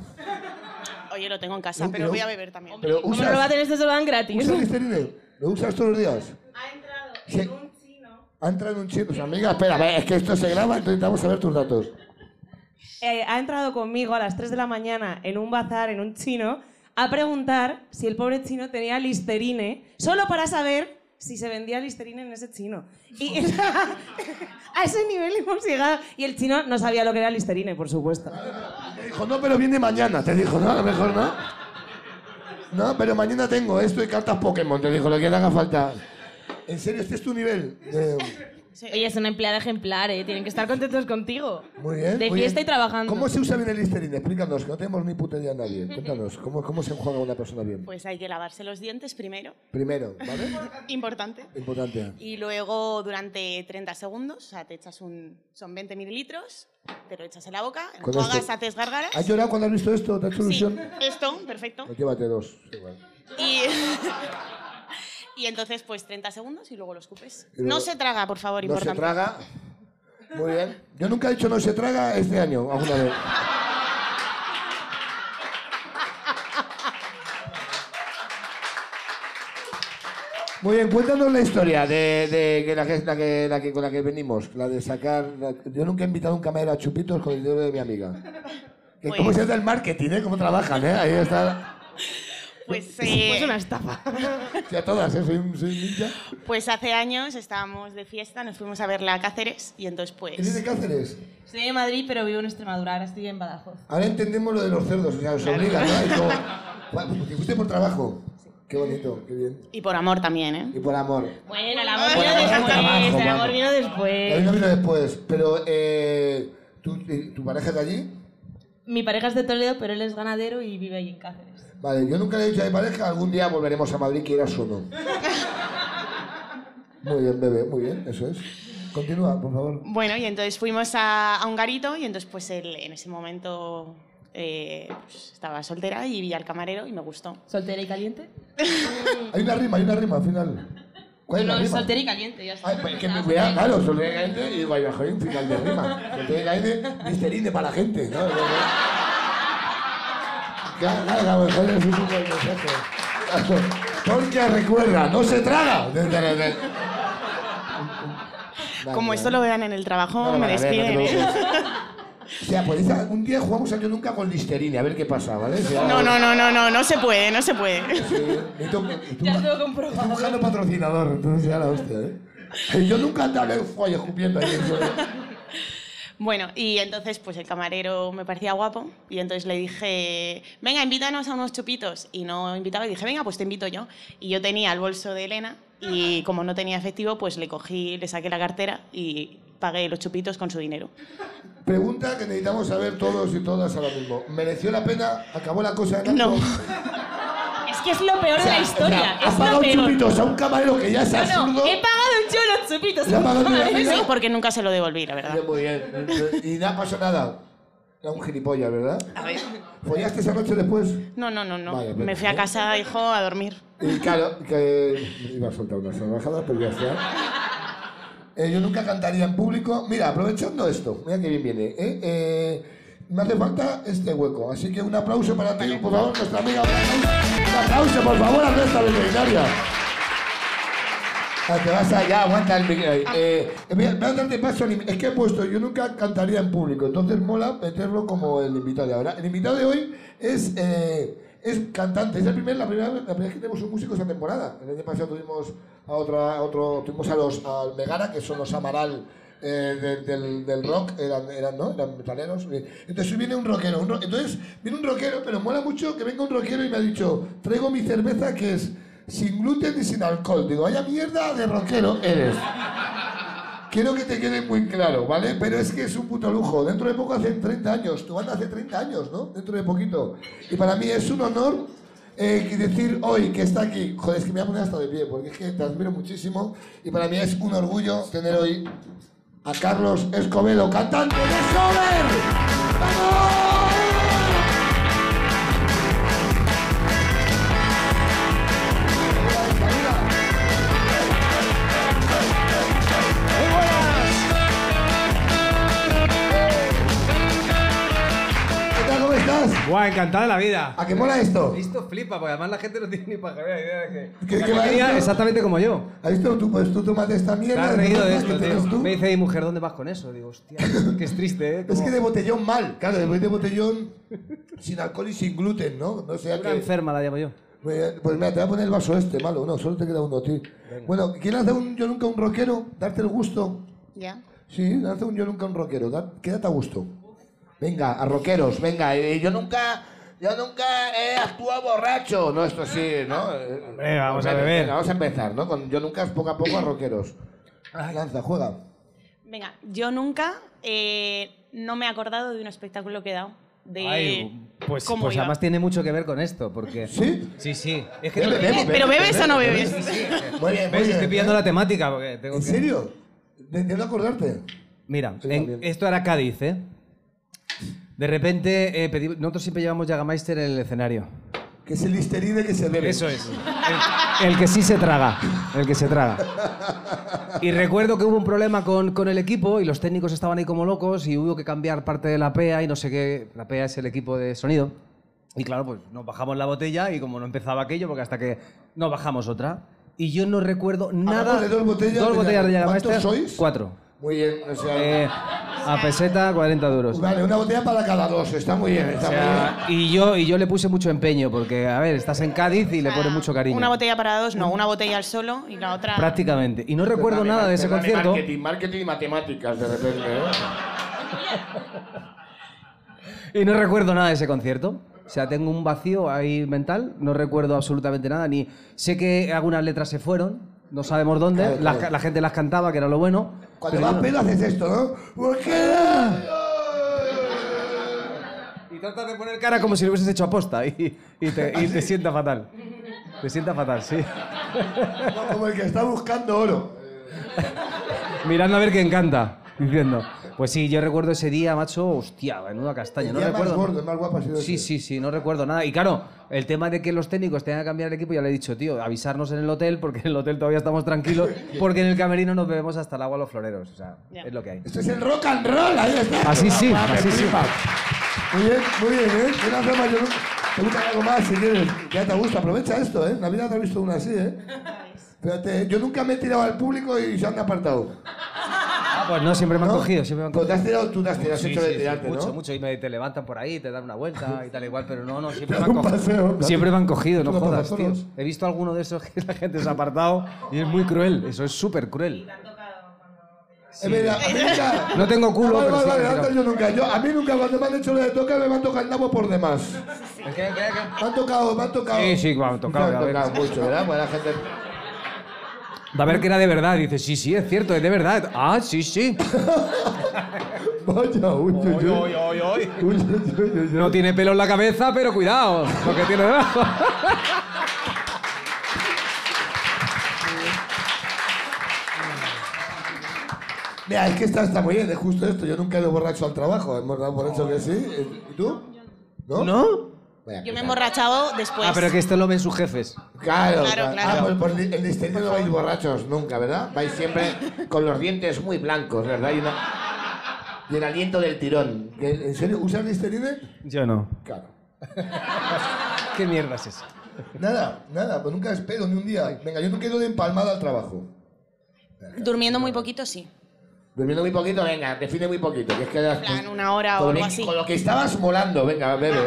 E: Oye, lo tengo en casa,
A: No,
E: pero
A: no.
E: voy a beber también.
A: Pero
D: Como no lo va a
A: usas,
D: tener, esto se lo dan gratis.
A: usas Listerine, lo usas todos los días.
D: Ha entrado
A: Sí.
D: un chino.
A: Ha entrado un chino, Pues, amiga, espera, a ver, es que esto se graba, entonces vamos a ver tus datos.
F: eh, ha entrado conmigo a las 3 de la mañana en un bazar, en un chino, a preguntar si el pobre chino tenía listerine, solo para saber si se vendía listerine en ese chino. Y a ese nivel hemos llegado. Y el chino no sabía lo que era listerine, por supuesto.
A: Te dijo, no, pero viene mañana. Te dijo, no, a lo mejor no. No, pero mañana tengo esto y cartas Pokémon. Te dijo, lo que le haga falta. En serio, este es tu nivel. Eh,
D: Oye, es una empleada ejemplar, ¿eh? Tienen que estar contentos contigo.
A: muy bien.
D: De
A: muy
D: fiesta
A: bien.
D: y trabajando.
A: ¿Cómo se usa bien el Listerine? Explícanos, que no tenemos ni puta idea nadie. Cuéntanos, ¿cómo, cómo se enjuaga una persona bien?
E: Pues hay que lavarse los dientes primero.
A: Primero, ¿vale?
E: Importante.
A: Importante.
E: Y luego durante 30 segundos, o sea, te echas un. Son 20 mililitros, te lo echas en la boca,
A: Con
E: enjuagas,
A: esto.
E: haces gárgaras.
A: ¿Has llorado cuando has visto esto? ¿Te ha hecho
E: Sí,
A: ilusión?
E: esto, perfecto.
A: Pues llévate dos. igual.
E: Y, y entonces, pues 30 segundos y luego lo escupes.
A: luego-
E: No se traga, por favor,
A: No se
E: importante.
A: traga. Muy bien. Yo nunca he dicho no se traga este año, alguna vez. Muy bien, cuéntanos la historia de, de que la, que, la que- la que- con la que venimos, la de sacar... la- yo nunca he invitado a un camarero a chupitos con el dinero de mi amiga. Que
E: Pues-
A: ¿Cómo se hace el marketing, eh? ¿Cómo trabajan, eh? Ahí está...
E: Pues,
D: Es
E: eh,
D: una estafa.
A: Ya todas, ¿eh? Soy un, soy un ninja.
E: pues hace años estábamos de fiesta, nos fuimos a ver la Cáceres y entonces
A: ¿Eres de
E: pues...
A: Cáceres?
D: Soy de Madrid, pero vivo en Extremadura. Ahora estoy en Badajoz.
A: Ahora entendemos lo de los cerdos, o sea, os obligan, ¿no? Y como- Bueno, Porque fuiste por trabajo. Qué bonito, qué bien.
E: Y por amor también, ¿eh?
A: Y por amor.
D: Bueno, el
E: amor
D: amor
E: vino
D: vino
A: después,
D: después.
A: el
D: El
A: amor
D: amor
A: vino
D: vino
E: Eh.
A: La vida
D: después.
A: vino después, pero eh, ¿tú- eh, ¿tu pareja es de allí?
D: Mi pareja es de Toledo, pero él es ganadero y vive allí en Cáceres.
A: Vale, yo nunca le he dicho a mi pareja, algún día volveremos a Madrid, quieras o no. Muy bien, bebé, muy bien, eso es. Continúa, por favor.
E: Bueno, y entonces fuimos a, a un garito y entonces pues él en ese momento eh, pues, estaba soltera y vi al camarero y me gustó.
D: ¿Soltera y caliente?
A: Hay una rima, hay una rima al final. ¿Cuál es la
D: No,
A: rima?
D: soltera y caliente, ya está.
A: Ay, pues que me cuidaba, claro, solteramente y digo, ay, joder, un final de rima. Solteramente, listerine para la gente, ¿no? Claro, claro, claro, pues, joder, es un poco el mensaje. Claro, Porque recuerda, no se traga. Vale,
E: Como esto
A: vale.
E: lo vean en el trabajo,
A: No,
E: me
A: vale, a ver, no te
E: despiden. ¿eh?
A: preocupes. O sea, pues esa- un día jugamos al yo nunca con listerine, a ver qué pasa, ¿vale? O sea,
E: No, no, no, no, no, no se puede, no se puede.
A: Sí, necesito- necesito- Estoy buscando patrocinador, entonces ya la hostia, ¿eh? Yo nunca andaba en folla escupiendo ahí. en suelo.
E: Bueno, y entonces pues el camarero me parecía guapo y entonces le dije, venga, invítanos a unos chupitos. Y no invitaba y dije, venga, pues te invito yo. Y yo tenía el bolso de Elena y como no tenía efectivo, pues le cogí, le saqué la cartera y pagué los chupitos con su dinero.
A: Pregunta que necesitamos saber todos y todas ahora mismo. ¿Mereció la pena? ¿Acabó la cosa? en alto?
E: No.
D: Es que es lo peor de la
A: O
D: historia.
A: sea,
D: es
A: ha pagado
D: lo peor.
A: chupitos a un camarero que ya es
D: No,
A: absurdo.
D: no, he pagado yo los chupitos.
A: Le ha pagado el de la
E: Sí,
A: amiga.
E: porque nunca se lo devolví, la verdad.
A: Muy bien. Y nada, pasó nada. Era un gilipollas, ¿verdad?
E: A ver.
A: ¿Follaste esa noche después? pues, ¿eh?
E: No, no, no, no.
A: Vale, pero-
E: me fui a casa, hijo, a dormir.
A: Y claro, que iba a soltar unas trabajadas, pero ya está. Eh, yo nunca cantaría en público. Mira, aprovechando esto, mira que bien viene. ¿eh? Eh, me hace falta este hueco, así que un aplauso para ti, por favor, nuestra amiga. Un aplauso, por favor, a nuestra veterinaria. Ah, te vas allá, aguanta el micro. ahí. Eh, mira, voy a darte paso. al invi- Es que he puesto, yo nunca cantaría en público, entonces mola meterlo como el invitado de ahora. El invitado de hoy es, eh, es cantante, es el primer, la, primera, la primera vez que tenemos un músico esta temporada. El año pasado tuvimos a, otra, a otro, tuvimos a los al Megara, que son los Amaral. eh, de- del, del rock eran, eran no eran metaleros eh. entonces hoy viene un rockero un ro- entonces viene un rockero pero mola mucho que venga un rockero y me ha dicho traigo mi cerveza que es sin gluten y sin alcohol. Digo, vaya mierda de rockero eres. Quiero que te quede muy claro, ¿vale? Pero es que es un puto lujo. Dentro de poco hacen 30 años. Tu banda hace 30 años, ¿no? Dentro de poquito. Y para mí es un honor eh, que decir hoy que está aquí. Joder, es que me voy a poner hasta de pie, porque es que te admiro muchísimo. Y para mí es un orgullo tener hoy a Carlos Escobedo, cantante de Sober. ¡Vamos! ¿Qué tal? ¿Cómo estás?
G: Guau, encantado de la vida.
A: ¿A qué mola esto?
G: Esto flipa, porque además la gente no tiene ni pajera idea de que.
A: ¿Qué-
G: que
A: qué va
G: aquí venía
A: esto?
G: exactamente como yo.
A: ¿Has visto tú? Pues tú tomas de esta
G: Te
A: mierda.
G: has reído de
A: ¿no?
G: esto,
A: ¿Qué tienes
G: tío.
A: tú?
G: Me dice mi mujer, ¿dónde vas con eso? Digo, hostia, que es triste, ¿eh?
A: Es
G: Como
A: que de ¿eh? botellón mal, claro, después de botellón sin alcohol y sin gluten, ¿no? No sea
G: Una
A: que...
G: enferma la llamo yo.
A: Eh, Pues mira, te voy a poner el vaso este, malo, no, solo te queda uno a ti. Bueno, ¿quieres hacer un yo nunca un rockero? Darte el gusto.
E: Ya.
A: Sí, hace un yo nunca un rockero, da- quédate a gusto. Venga, a rockeros, venga, eh, yo nunca... Yo nunca he actuado borracho. No, esto sí, ¿no? Eh,
G: Hombre, vamos a
A: venga,
G: beber.
A: venga, Vamos a empezar, ¿no? Con yo nunca es poco a poco a rockeros. Lanza, juega.
E: Venga, yo nunca eh, no me he acordado de un espectáculo que he dado. De
G: Ay, pues,
E: cómo
G: pues
E: iba.
G: además tiene mucho que ver con esto, porque.
A: ¿Sí?
G: Sí, sí. Es que
A: Bebe,
G: no-
A: bebe,
E: ¿Pero
A: bebe,
E: bebes o no
A: bebe,
E: bebes?
A: bebe. Muy bien, muy
G: ¿Ves? Estoy
A: bien,
G: pillando
A: ¿eh?
G: la temática porque tengo
A: ¿En
G: que-
A: serio? De, de no acordarte.
G: Mira,
A: Sí,
G: en-
A: también.
G: esto era Cádiz, ¿eh? De repente, eh, pedí- nosotros siempre llevamos Jagameister en el escenario.
A: que es el listerine que se bebe.
G: Eso es. El, el que sí se traga. El que se traga. Y recuerdo que hubo un problema con, con el equipo y los técnicos estaban ahí como locos y hubo que cambiar parte de la PEA y no sé qué. La PEA es el equipo de sonido. Y claro, pues nos bajamos la botella y como no empezaba aquello, porque hasta que nos bajamos otra. Y yo no recuerdo nada.
A: de dos botellas
G: dos
A: de
G: botellas de
A: ¿Cuántos
G: Jägermeister.
A: sois?
G: Cuatro.
A: Muy bien, o sea...
G: Eh, a peseta, 40 duros.
A: Vale, una botella para cada dos, está muy bien, está
G: O sea, y, yo, y yo le puse mucho empeño, porque, a ver, estás en Cádiz y le pones mucho cariño.
E: Una botella para dos, no, una botella al solo y la otra.
G: Prácticamente. Y no recuerdo nada de ese
A: Perdón,
G: concierto.
A: Marketing, marketing y matemáticas, de repente. ¿eh?
G: Y no recuerdo nada de ese concierto. O sea, tengo un vacío ahí mental, no recuerdo absolutamente nada, ni sé que algunas letras se fueron, no sabemos dónde,
A: Claro,
G: las
A: claro.
G: ca- la gente las cantaba, que era lo bueno.
A: Cuando
G: pero
A: vas
G: yo-
A: pedo haces esto, ¿no? ¿Por qué da?
G: Y tratas de poner cara como si lo hubieses hecho aposta y, y te,
A: Ah,
G: y te sienta fatal. Te sienta fatal, sí.
A: Como el que está buscando oro.
G: Mirando a ver qué encanta, diciendo. Pues sí, yo recuerdo ese día, macho, hostia, menuda castaña,
A: El
G: no
A: día
G: recuerdo.
A: más gordo, el más guapo ha sido
G: Sí,
A: ese.
G: sí, sí, no recuerdo nada. Y claro, el tema de que los técnicos tengan que cambiar el equipo, ya le he dicho, tío, avisarnos en el hotel, porque en el hotel todavía estamos tranquilos, porque en el camerino nos bebemos hasta el agua a los floreros. O sea,
E: Ya.
G: es lo que hay.
A: Esto es el rock and roll, ahí está.
G: Así sí,
A: Guapa,
G: así
A: me
G: sí.
A: flipa. Muy bien, muy bien, ¿eh? Una broma, yo nunca- Te gusta algo más, si quieres. Ya te gusta, aprovecha esto, ¿eh? En la vida te he visto una así, ¿eh? Fíjate, yo nunca me he tirado al público y se han apartado.
G: Ah, pues no, siempre me han
A: ¿No?
G: cogido, siempre me han
A: Pues te
G: cogido.
A: has tirado, tú te has tirado, has
G: Sí,
A: hecho
G: sí,
A: de
G: sí,
A: tirarte, ¿no?
G: mucho, mucho. Y me, te levantan por ahí, te dan una vuelta y tal igual, pero no, no, siempre
A: Te
G: me
A: dan
G: han
A: un
G: cogido.
A: paseo, claro.
G: Siempre me han cogido, no
A: Unos
G: jodas, tío.
A: pasazoros.
G: He visto alguno de esos que la gente se ha apartado y es muy cruel, eso es súper cruel.
A: Eh, mira, a mí nunca-
G: No tengo culo,
A: Ah, vale,
G: pero sí
A: vale, vale,
G: que creo.
A: antes yo nunca. Yo, a mí nunca, cuando me han hecho lo de toca, me han tocado el nabo por demás.
G: Es que- que- que-
A: Me han tocado, me han tocado.
G: Sí, sí, me han tocado,
A: Me han
G: a ver.
A: tocado mucho, ¿verdad? Pues la gente...
G: Va a ver que era de verdad, dice, sí, sí, es cierto, es de verdad. Ah, sí, sí.
A: Vaya, uy, uy, uy. Uy, uy, uy, uy, uy.
G: No tiene pelo en la cabeza, pero cuidado, lo que tiene debajo.
A: Mira, es que está, está muy bien, es justo esto. Yo nunca he ido borracho al trabajo, hemos dado por hecho que sí. ¿Y tú? ¿No? Vaya,
E: Yo me he
A: claro.
E: emborrachado después.
G: Ah, pero que esto lo ven sus jefes.
A: Claro,
E: Claro,
A: claro.
E: claro.
A: Ah, pues por li- el distrito no vais borrachos nunca, ¿verdad? Vais siempre con los dientes muy blancos, ¿verdad? Y, una- y el aliento del tirón. ¿Que- ¿En serio? ¿Usas listerine?
G: Yo no.
A: Claro.
G: ¿Qué mierda es eso?
A: Nada, nada, pues nunca espero ni un día. Venga, yo nunca he ido de empalmada al trabajo.
E: Durmiendo muy poquito, sí.
A: Durmiendo muy poquito, venga, define muy poquito. Que es que das-
E: En plan, una hora Ah, o
A: con,
E: algo
A: lo-
E: así.
A: con lo que estabas molando, venga, bebe.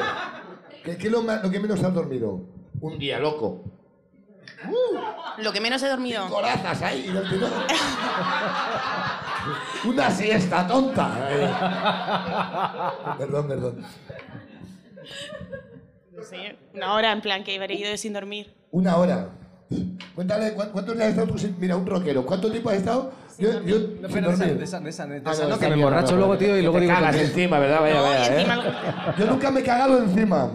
A: ¿Qué, qué es lo, ma- lo que menos has dormido? Un día, loco. ¡Uh!
E: Lo que menos he dormido.
A: Corazas ahí. del tirón. Una siesta tonta. eh. Perdón, perdón.
E: No sé, una hora en plan que habré ido sin dormir.
A: Una hora. Cuéntale, ¿cu- ¿cuántos días has estado tú sin- Mira, un rockero. ¿Cuánto tiempo has estado? Yo, yo, sin dormir. Ah, no,
G: no,
A: está
G: que me
A: bien, no,
G: emborracho
A: no,
G: luego, tío, y
A: te
G: luego digo
A: cagas
G: que...
A: encima, ¿verdad? Vaya,
E: No, y
A: vaya, ¿eh?
E: encima algo-
A: Yo nunca me he cagado encima.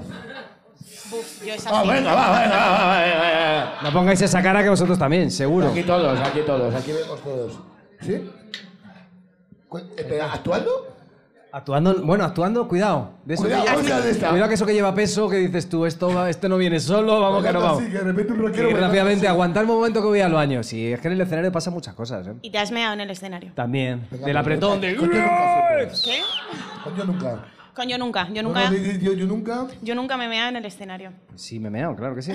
E: Buf, yo esa
A: Ah,
E: sí.
A: venga, va, venga, va, va, venga, venga.
G: No pongáis esa cara que vosotros también, seguro.
A: Aquí todos, aquí todos, aquí vemos todos. ¿Sí? Cu- eh, pero, ¿Actuando?
G: Actuando, bueno, actuando, cuidado. De eso
A: Cuidado,
G: que lleva-
A: cuidado de esta.
G: cuidado que eso que lleva peso, que dices tú, esto, va- esto no viene solo, vamos que no vamos.
A: Sí, que de repente un
G: Y
A: rockero... bailando
G: rápidamente,
A: así.
G: aguantarme un momento que voy al baño. Sí, es que en el escenario pasan muchas cosas, ¿eh?
E: Y te has meado en el escenario.
G: También.
A: Venga,
G: Del
A: pues,
G: apretón de...
A: yo nunca siempre.
E: ¿Qué?
A: Yo nunca.
E: Coño, nunca. Yo
A: No,
E: nunca,
A: no, yo- yo- yo nunca.
E: yo nunca me he meado en el escenario.
G: Sí, me meo, claro que sí.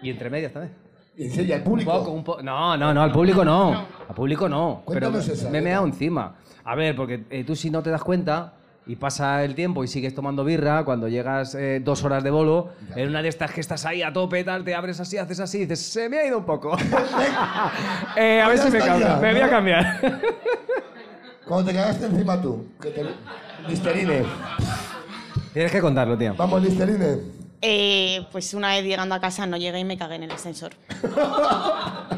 G: Y entre medias también.
A: En serio, al público.
G: Un poco, un po- no, no, no, al público no. Al público no. Pero
A: Cuéntanos esa,
G: me he
A: venga.
G: meado encima. A ver, porque eh, tú si no te das cuenta y pasa el tiempo y sigues tomando birra, cuando llegas eh, dos horas de bolo, en una de estas que estás ahí a tope, tal, te abres así, haces así y dices, se me ha ido un poco. Eh, a ver
A: Ya
G: si me
A: está
G: cambio.
A: ya,
G: Me voy a
A: ¿no?
G: cambiar.
A: Cuando te cagaste encima tú. Que te... Listerine.
G: Tienes que contarlo, tío.
A: Vamos, Listerine.
E: Eh, pues una vez llegando a casa no llegué y me cagué en el ascensor.
A: Ha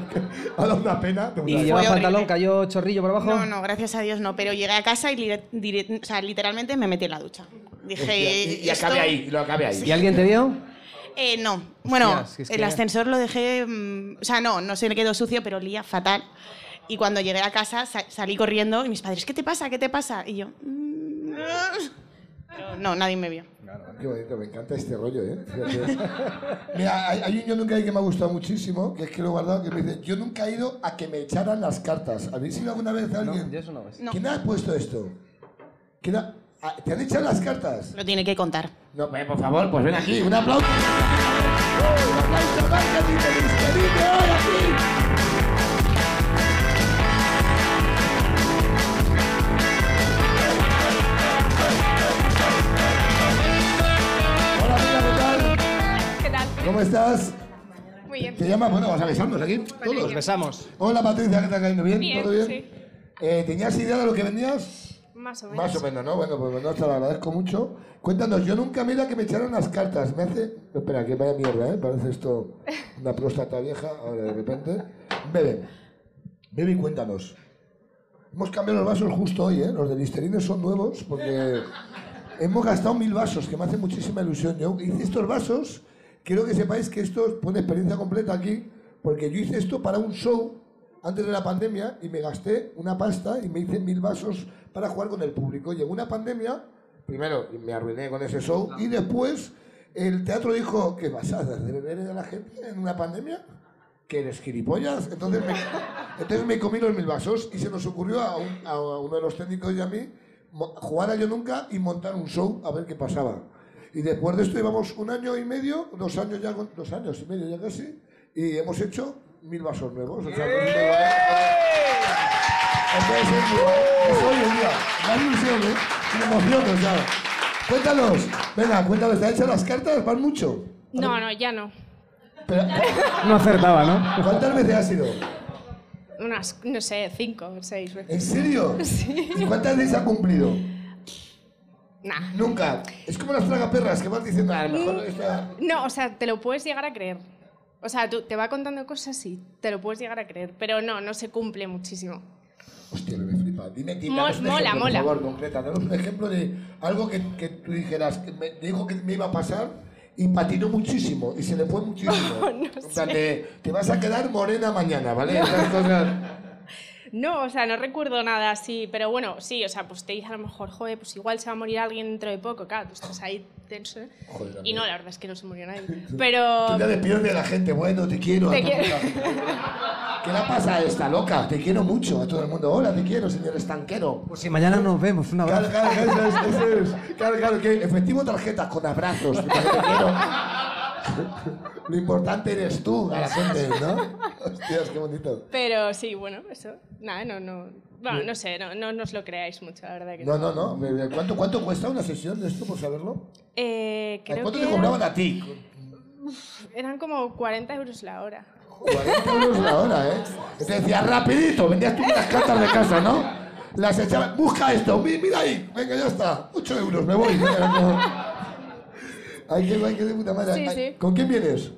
A: dado una pena. de
G: ¿Y
A: verdad.
G: llevas
E: horrible.
G: pantalón? ¿Cayó chorrillo por abajo?
E: No, no, gracias a Dios no, pero llegué a casa y li- dire- o sea, literalmente me metí en la ducha. Dije,
A: Y, y
E: "Esto-
A: acabe ahí, y lo acabe ahí.
G: ¿Y alguien te vio?
E: Eh, no, bueno,
G: Hostias, que es
E: el
G: que-
E: ascensor lo dejé, mm, o sea, no, no se me quedó sucio, pero olía fatal. Y cuando llegué a casa sa- salí corriendo y mis padres, ¿qué te pasa? ¿Qué te pasa? Y yo, "Mm, Pero no, nadie me vio.
A: Qué bonito, me encanta este rollo, ¿eh? Fíjate. Mira, hay, hay un yo nunca he ido que me ha gustado muchísimo, que es que lo he guardado, que me dice, yo nunca he ido a que me echaran las cartas. ¿Habéis ido alguna vez a alguien?
G: Yo eso no ves.
E: No.
A: ¿Quién ha puesto esto? ¿Quién ha- ah, ¿Te han echado las cartas?
E: Lo tiene que contar.
A: No, pues, por favor, pues ven aquí, un aplauso. Un aplauso para el capitán de Iscarite, ahora sí. Hola, amiga, ¿qué
C: ¿Qué tal?
A: tal? ¿Cómo estás?
C: Muy bien.
A: ¿Te llamas? Bueno, os avisamos aquí,
G: Nos
A: todos.
G: besamos.
A: Hola, Patricia, ¿qué tal? ¿Cayendo bien?
C: Bien,
A: ¿Todo bien?
C: sí.
A: Eh, ¿Tenías idea de lo que vendías?
C: Más o menos.
A: Más o menos, ¿no? Bueno, pues no te lo agradezco mucho. Cuéntanos, yo nunca me da que me echaron las cartas. Me hace. Espera, que vaya mierda, ¿eh? Parece esto una próstata vieja, ahora de repente. Bebe. Bebe y cuéntanos. Hemos cambiado los vasos justo hoy, ¿eh? Los de Listerine son nuevos porque hemos gastado mil vasos, que me hace muchísima ilusión. Yo hice estos vasos, quiero que sepáis que esto pone experiencia completa aquí, porque yo hice esto para un show antes de la pandemia y me gasté una pasta y me hice mil vasos para jugar con el público. Llegó una pandemia, primero me arruiné con ese show y después el teatro dijo, ¿qué pasadas de beber a la gente en una pandemia? que eres gilipollas. Entonces me, entonces me comí los mil vasos y se nos ocurrió a, un- a uno de los técnicos y a mí mo- jugar a Yo Nunca y montar un show a ver qué pasaba. Y después de esto llevamos un año y medio, dos años ya, con- dos años y medio ya casi, y hemos hecho mil vasos nuevos. O sea, con esto va- Entonces, es muy guay. Es hoy en día. Me da ilusión, ¿eh? Me emociono, o sea. Cuéntanos, venga, cuéntanos, ¿te han hecho las cartas? ¿Van mucho?
H: No, no, ya no.
A: Pero,
G: No acertaba, ¿no?
A: ¿Cuántas veces has ido?
H: Unas, no sé, cinco o seis veces.
A: ¿En serio? ¿Y cuántas veces ha cumplido?
H: Nah.
A: Nunca. Es como las tragaperras que vas diciendo, "Ah, a lo mejor esta...
H: No, o sea, te lo puedes llegar a creer. O sea, tú te va contando cosas y te lo puedes llegar a creer, pero no, no se cumple muchísimo.
A: Hostia, me flipa. Dime, dime.
H: Mo-
A: danos un
H: mola,
A: ejemplo,
H: mola.
A: Por favor, concreta. Danos un ejemplo de algo que, que tú dijeras, que me dijo que me iba a pasar y patinó muchísimo y se le fue muchísimo.
H: Oh,
A: o sea, te, te vas a quedar morena mañana, ¿vale? Estas cosas...
H: No, o sea, no recuerdo nada así, pero bueno, sí, o sea, pues te dice a lo mejor, joder, pues igual se va a morir alguien dentro de poco, claro, tú estás ahí tenso. ¿eh?
A: Joder,
H: y no,
A: amigo.
H: la verdad es que no se murió nadie.
A: Tú
H: Pero
A: te despides de la gente, bueno, te quiero. a
H: Te
A: todo el
H: quiero.
A: mundo. ¿Qué le pasa a esta loca? Te quiero mucho a todo el mundo. Hola, te quiero, señor estanquero.
G: Pues si mañana nos vemos, un
A: Claro,
G: abrazo.
A: claro, claro, eso es, eso es. claro, claro, que efectivo tarjetas con abrazos. puta que te quiero. Lo importante eres tú a la gente, ¿no? Hostias, qué bonito.
H: Pero sí, bueno, eso. Nada, no, no. Bueno, no sé, no, no, no os lo creáis mucho, la verdad que no.
A: No, no, no. me- me- ¿Cuánto, cuánto cuesta una sesión de esto por saberlo?
H: Eh, creo
A: ¿Cuánto
H: que
A: te cobraban a ti?
H: eran como 40 euros la hora.
A: 40 euros la hora, ¿eh? Y Te decía, rapidito, vendías tú las cartas de casa, ¿no? Las echabas, busca esto, mi- mira ahí, venga, ya está, 8 euros, me voy. Era como- Ay, qué guay, qué de puta madre.
H: Sí,
A: Ay,
H: sí.
A: ¿Con quién vienes?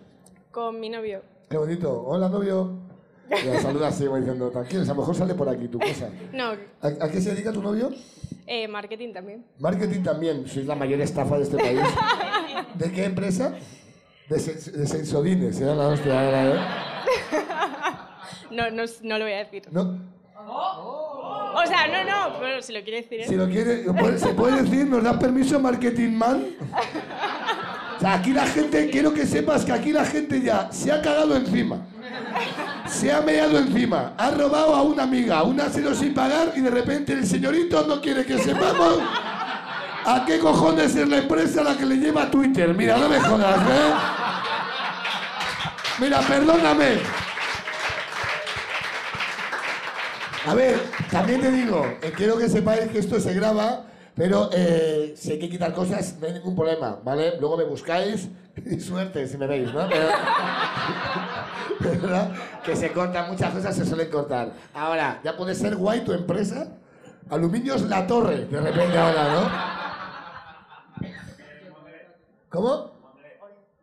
H: Con mi novio.
A: Qué bonito. Hola, novio. La saluda así, va diciendo, tranquilos, a lo mejor sale por aquí tu cosa.
H: No,
A: ¿A, a qué se dedica tu novio?
H: eh, marketing también.
A: Marketing también, sois la mayor estafa de este país. ¿De qué empresa? De, Sens- de Sensodines, era la hostia, era, ¿eh?
H: No, no, s- no lo voy a decir. Oh.
A: No,
H: O sea, no, no, pero si lo quiere decir. ¿eh?
A: si lo quiere, lo puede- ¿se puede decir? ¿Nos das permiso, Marketing Man? O sea, aquí la gente, quiero que sepas que aquí la gente ya se ha cagado encima. Se ha meado encima. Ha robado a una amiga, un asilo sin pagar y de repente el señorito no quiere que sepamos a qué cojones es la empresa la que le lleva a Twitter. Mira, no me jodas, ¿eh? Mira, perdóname. A ver, también te digo, eh, quiero que sepáis que esto se graba, pero eh, si hay que quitar cosas, no hay ningún problema, ¿vale? Luego me buscáis y suerte si me veis, ¿no? Pero- ¿verdad? Que se cortan, muchas cosas se suelen cortar. Ahora, ya puede ser guay tu empresa. Aluminios La Torre, de repente ahora, ¿no? ¿Cómo?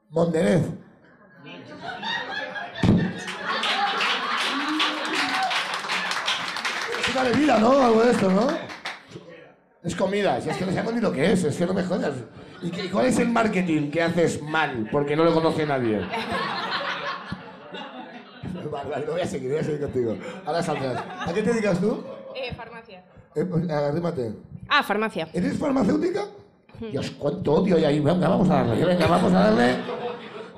A: Monderez. Es una bebida, ¿no? Algo de esto, ¿no? Es comida, si es que no sabemos ni lo que es, es que no me jodas. ¿Y qué- cuál es el marketing que haces mal? Porque no lo conoce nadie. Vale, vale, no voy a seguir, voy a seguir contigo. Ahora saldrás. ¿A qué te dedicas tú?
H: Eh, farmacia.
A: Eh, pues, arrímate.
H: Ah, farmacia.
A: ¿Eres farmacéutica? Dios, cuánto odio hay ahí. Venga, vamos a darle, venga, vamos a darle.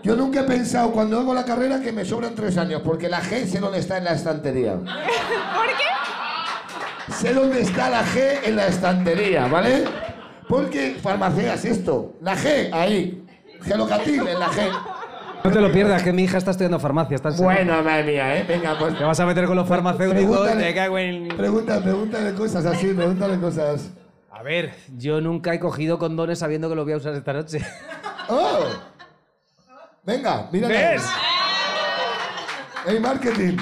A: Yo nunca he pensado cuando hago la carrera que me sobran tres años, porque la G sé dónde está en la estantería.
H: ¿Por qué?
A: Sé dónde está la G en la estantería, ¿vale? Porque farmacia es esto. La G, ahí. Gelocatil en la G.
G: No te lo pierdas, que mi hija está estudiando farmacia. Está en-
A: Bueno, madre mía, ¿eh? Venga, pues.
G: Te vas a meter con los farmacéuticos,
A: Pregúntale.
G: te cago en...
A: Pregunta, pregúntale cosas así, pregúntale cosas.
G: A ver, yo nunca he cogido condones sabiendo que los voy a usar esta noche.
A: ¡Oh! Venga, mira.
G: ¿Ves?
A: ¡Ey, marketing!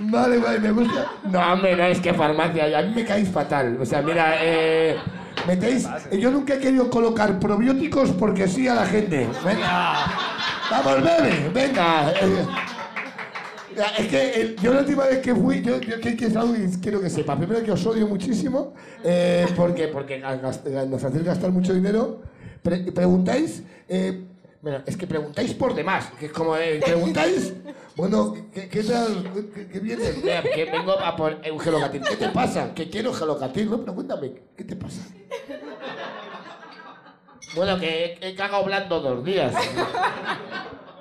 A: Vale, vale, me gusta. No, hombre, no, es que farmacia, a mí me caéis fatal. O sea, mira, eh, metéis... Eh, Yo nunca he querido colocar probióticos porque sí a la gente. Venga. Vamos, bebe, venga. eh. Ya, Es que eh, yo la última vez que fui, yo, yo que, que es algo que quiero que sepa. Primero que os odio muchísimo, eh, porque, porque a- gast- a- nos hacéis gastar mucho dinero. Pre- preguntáis, eh, bueno, es que preguntáis por demás, que es como, eh, preguntáis, bueno, ¿qué, qué tal? ¿Qué, qué viene? Mira, Que vengo a por eh, un gelocatil. ¿Qué te pasa? Que quiero gelocatil, no, pregúntame, ¿qué te pasa? Bueno, que he, he cagado blando dos días.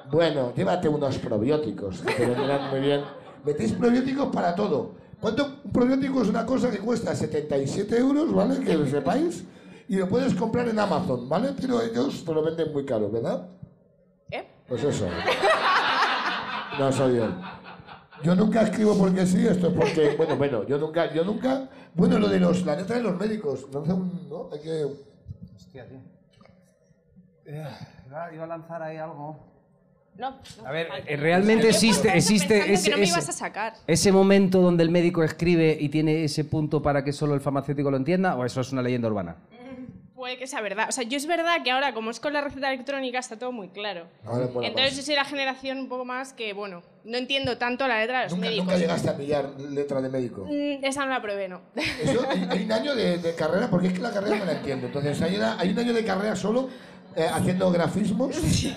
A: Bueno, llévate unos probióticos, que te vendrán muy bien. Metéis probióticos para todo. ¿Cuánto? Un probiótico es una cosa que cuesta 77 euros, ¿vale? Que lo sepáis. Y lo puedes comprar en Amazon, ¿vale? Pero ellos te lo venden muy caro, ¿verdad?
H: ¿Eh?
A: Pues eso. No soy yo. Yo nunca escribo porque sí, esto es porque, bueno, bueno, yo nunca, yo nunca, bueno, lo de los, la letra de los médicos, no hace un, ¿no? Hay que,
G: Hostia, tío. iba a lanzar ahí algo.
H: No.
G: A ver, eh, realmente existe, existe
H: Pensando
G: ese,
H: que no me ibas
G: ese-
H: a sacar.
G: ese momento donde el médico escribe y tiene ese punto para que solo el farmacéutico lo entienda, o eso es una leyenda urbana.
H: Puede que sea verdad. O sea, yo es verdad que ahora, como es con la receta electrónica, está todo muy claro.
A: ahora mola más.
H: Entonces yo soy la generación un poco más que, bueno, no entiendo tanto la letra de los
A: Nunca,
H: médicos.
A: nunca llegaste a pillar letra de médico.
H: Mm, esa no la probé, no.
A: Eso, hay- hay un año de, de carrera, porque es que la carrera me la entiendo. Entonces, hay, una- hay un año de carrera solo eh, haciendo grafismos.
G: Sí,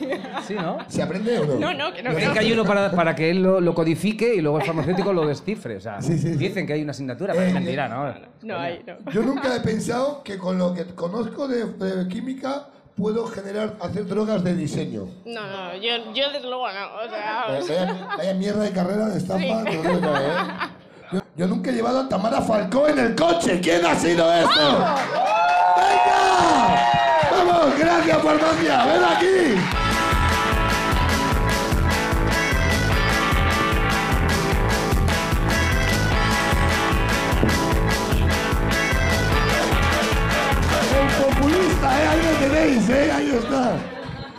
G: ¿no?
A: ¿Se aprende o no?
H: No, no, que no, que
G: Dicen
H: no.
G: que hay uno para, para que él lo, lo codifique y luego el farmacéutico lo descifre. O sea,
A: Sí, sí, sí.
G: dicen que hay una asignatura, pero es
A: Eh,
G: mentira, ¿no?
H: No hay, no.
A: Yo nunca he pensado que con lo que conozco de, de química puedo generar, hacer drogas de diseño.
H: No, no, yo, yo desde luego no. O sea,
A: Eh, Vaya, vaya mierda de carrera de estampa. te lo digo yo, ¿eh? Yo, yo nunca he llevado a Tamara Falcó en el coche. ¿Quién ha sido esto? ¡Venga! ¡Vamos! ¡Gracias, farmacia! ¡Ven aquí! El populista, ¿eh? Ahí lo tenéis, ¿eh? Ahí está.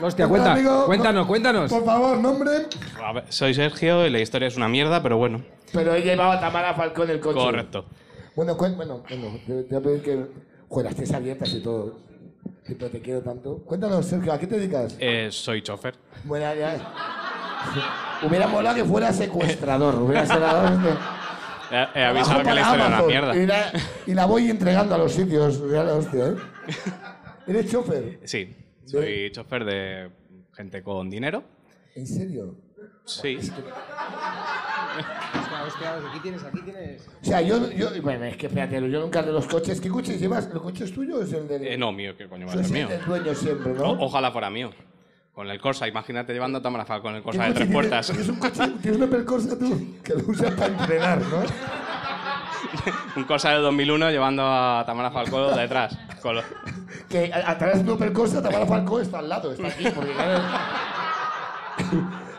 G: Hostia,
A: Venga,
G: cuenta,
A: amigo,
G: cuéntanos,
A: no-
G: cuéntanos.
A: Por favor, nombre.
I: A ver, soy Sergio y la historia es una mierda, pero bueno.
A: Pero he llevado a Tamara Falcón en el coche.
I: Correcto.
A: Bueno, cuen- bueno, bueno, te te voy a pedir que. Joder, las tienes abiertas y todo. Sí, pero te quiero tanto. Cuéntanos, Sergio, ¿a qué te dedicas?
I: Eh, soy chofer.
A: Bueno, ya. Hubiera molado que fuera secuestrador. Hubiera secuestrador.
I: He, Eh,
A: Ah,
I: he avisado que la historia era una Ah, mierda.
A: Y la, y la voy entregando a los sitios. Ya la hostia, ¿eh? ¿Eres chofer?
I: Sí,
A: Sí.
I: soy chofer de gente con dinero.
A: ¿En serio?
I: Sí.
G: pues aquí tienes, aquí tienes.
A: O sea, yo, yo. Bueno, es que espérate, yo nunca de los coches. ¿Qué coches llevas? ¿El coche es tuyo o es el del.?
I: Eh, no, mío, que coño va a
A: es
I: ser
A: el
I: mío.
A: del dueño siempre, ¿no?
I: O- ojalá fuera mío. Con el Corsa, imagínate llevando pues a Tamara Falcón con el
A: ¿Qué
I: Corsa de
A: coche
I: tres
A: tiene-
I: puertas.
A: Es un coche, tienes una percorsa tú que lo usas para entrenar, ¿no?
I: un Corsa del 2001 llevando a Tamara Falcón detrás. Con lo-
A: Que a- atrás de una percorsa Tamara Falcó está al lado, está aquí, porque claro.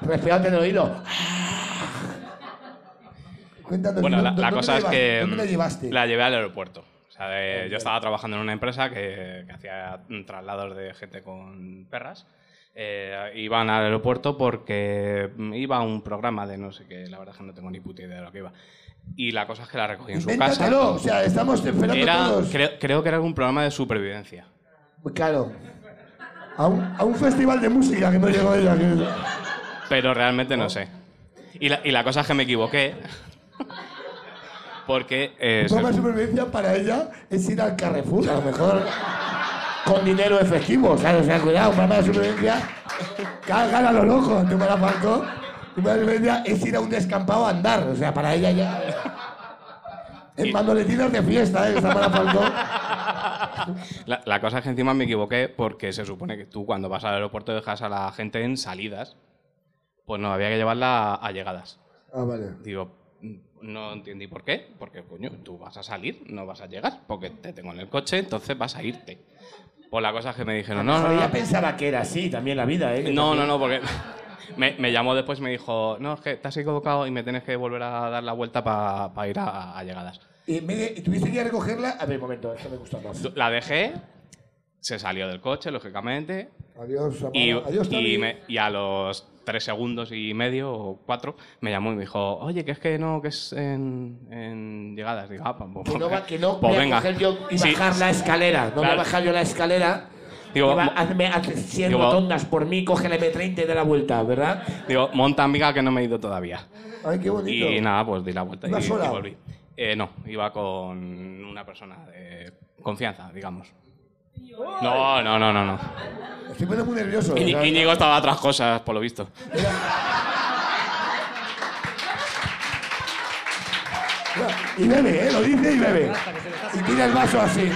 A: Respirate en el oído. Cuéntanos.
I: Bueno,
A: ¿dó-
I: la,
A: dó-
I: la
A: dónde
I: cosa es
A: llevas-
I: que mm,
A: ¿Dónde la llevaste?
I: la llevé al aeropuerto. O sea, de- yo estaba trabajando en una empresa que, que hacía mm, traslados de gente con perras. Eh, iban al aeropuerto porque mm, iba a un programa de no sé qué, la verdad es que no tengo ni puta idea de lo que iba. Y la cosa es que la recogí en su casa.
A: Invéntatelo, o sea, estamos esperando
I: Era,
A: todos.
I: creo, creo que era un programa de supervivencia.
A: Claro. A un, a un festival de música que no llegó ella. que-
I: Pero realmente
A: Oh.
I: no sé. Y la, y la cosa es que me equivoqué. Porque. eh,
A: Un
I: se-
A: programa de supervivencia para ella es ir al Carrefour, a lo mejor con dinero efectivo, ¿sabes? O sea, cuidado, un programa de supervivencia, cagan a lo loco, tú me la Falcó. Un programa de supervivencia es ir a un descampado a andar, o sea, para ella ya... En mandoletinas de fiesta, ¿eh? Esta para faltó.
I: La, la cosa es que encima me equivoqué porque se supone que tú cuando vas al aeropuerto dejas a la gente en salidas. Pues no, había que llevarla a, a llegadas.
A: Ah, vale.
I: Digo, mm, no entendí por qué, porque coño, tú vas a salir, no vas a llegar, porque te tengo en el coche, entonces vas a irte. Pues la cosa es que me dijeron, no, no, no,
J: Ella pensaba que era así también la vida, ¿eh?
I: no, no, no, porque me, me llamó después y me dijo, no, es que te has equivocado y me tienes que volver a dar la vuelta para ir a, a llegadas.
J: Y en vez Eh, de- y tuviste que ir a recogerla. A ver, un momento, esto me gusta más.
I: La dejé, se salió del coche, lógicamente,
A: Adiós,
I: y,
A: amada. Adiós,
I: y
A: Tony.
I: me- y a los tres segundos y medio o cuatro me llamó y me dijo, oye, que es que no, que es en, en llegadas. Digo, ah, pues,
J: Que no, va- que no
I: pues
J: voy
I: venga.
J: a coger yo y
I: Sí.
J: bajar la escalera. No voy a
I: Claro.
J: bajar yo la escalera.
I: Digo,
J: Y va-
I: mo-
J: hazme, hazme 100
I: digo-
J: rotondas por mí, coge la M30 y da la vuelta, ¿verdad?
I: Digo, monta amiga que no me he ido todavía.
A: Ay, qué bonito.
I: Y nada, pues di la vuelta y,
A: ¿Ibas sola?
I: y volví. Eh, no, iba con una persona de confianza, digamos. No, no, no, no, no.
A: Estoy poniendo muy nervioso.
I: Íñi-
A: ¿sabes?
I: Íñigo estaba a otras cosas, por lo visto.
A: Y bebe, ¿eh? Lo dice y bebe. Y tira el vaso así.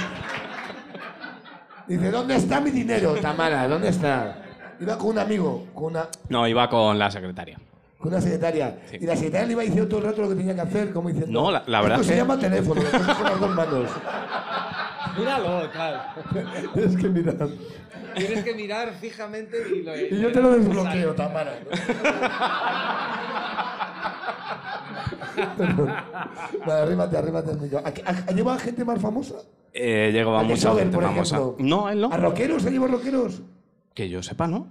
J: Dice, ¿dónde está mi dinero, Tamara? ¿Dónde está?
A: Iba con un amigo, con una,
I: No, iba con la secretaria.
A: con una secretaria.
I: Sí.
A: Y la secretaria le iba diciendo todo el rato lo que tenía que hacer, como diciendo.
I: No, la- la verdad
A: Esto
I: es
A: se
I: que-
A: llama teléfono, lo coges con las dos manos.
G: Míralo, tal.
A: Tienes que mirar.
G: Tienes que mirar fijamente y lo.
A: Y yo te lo desbloqueo, Tamara. Vale, arrímate, arrímate al micro. ¿A, a- a- lleva a gente más famosa?
I: Eh, llegó a
A: ¿A The
I: mucha
A: Sober,
I: gente
A: por
I: famosa.
A: ejemplo?
I: No, él no.
A: ¿A rockeros? ¿Se lleva rockeros?
I: Que yo sepa, ¿no?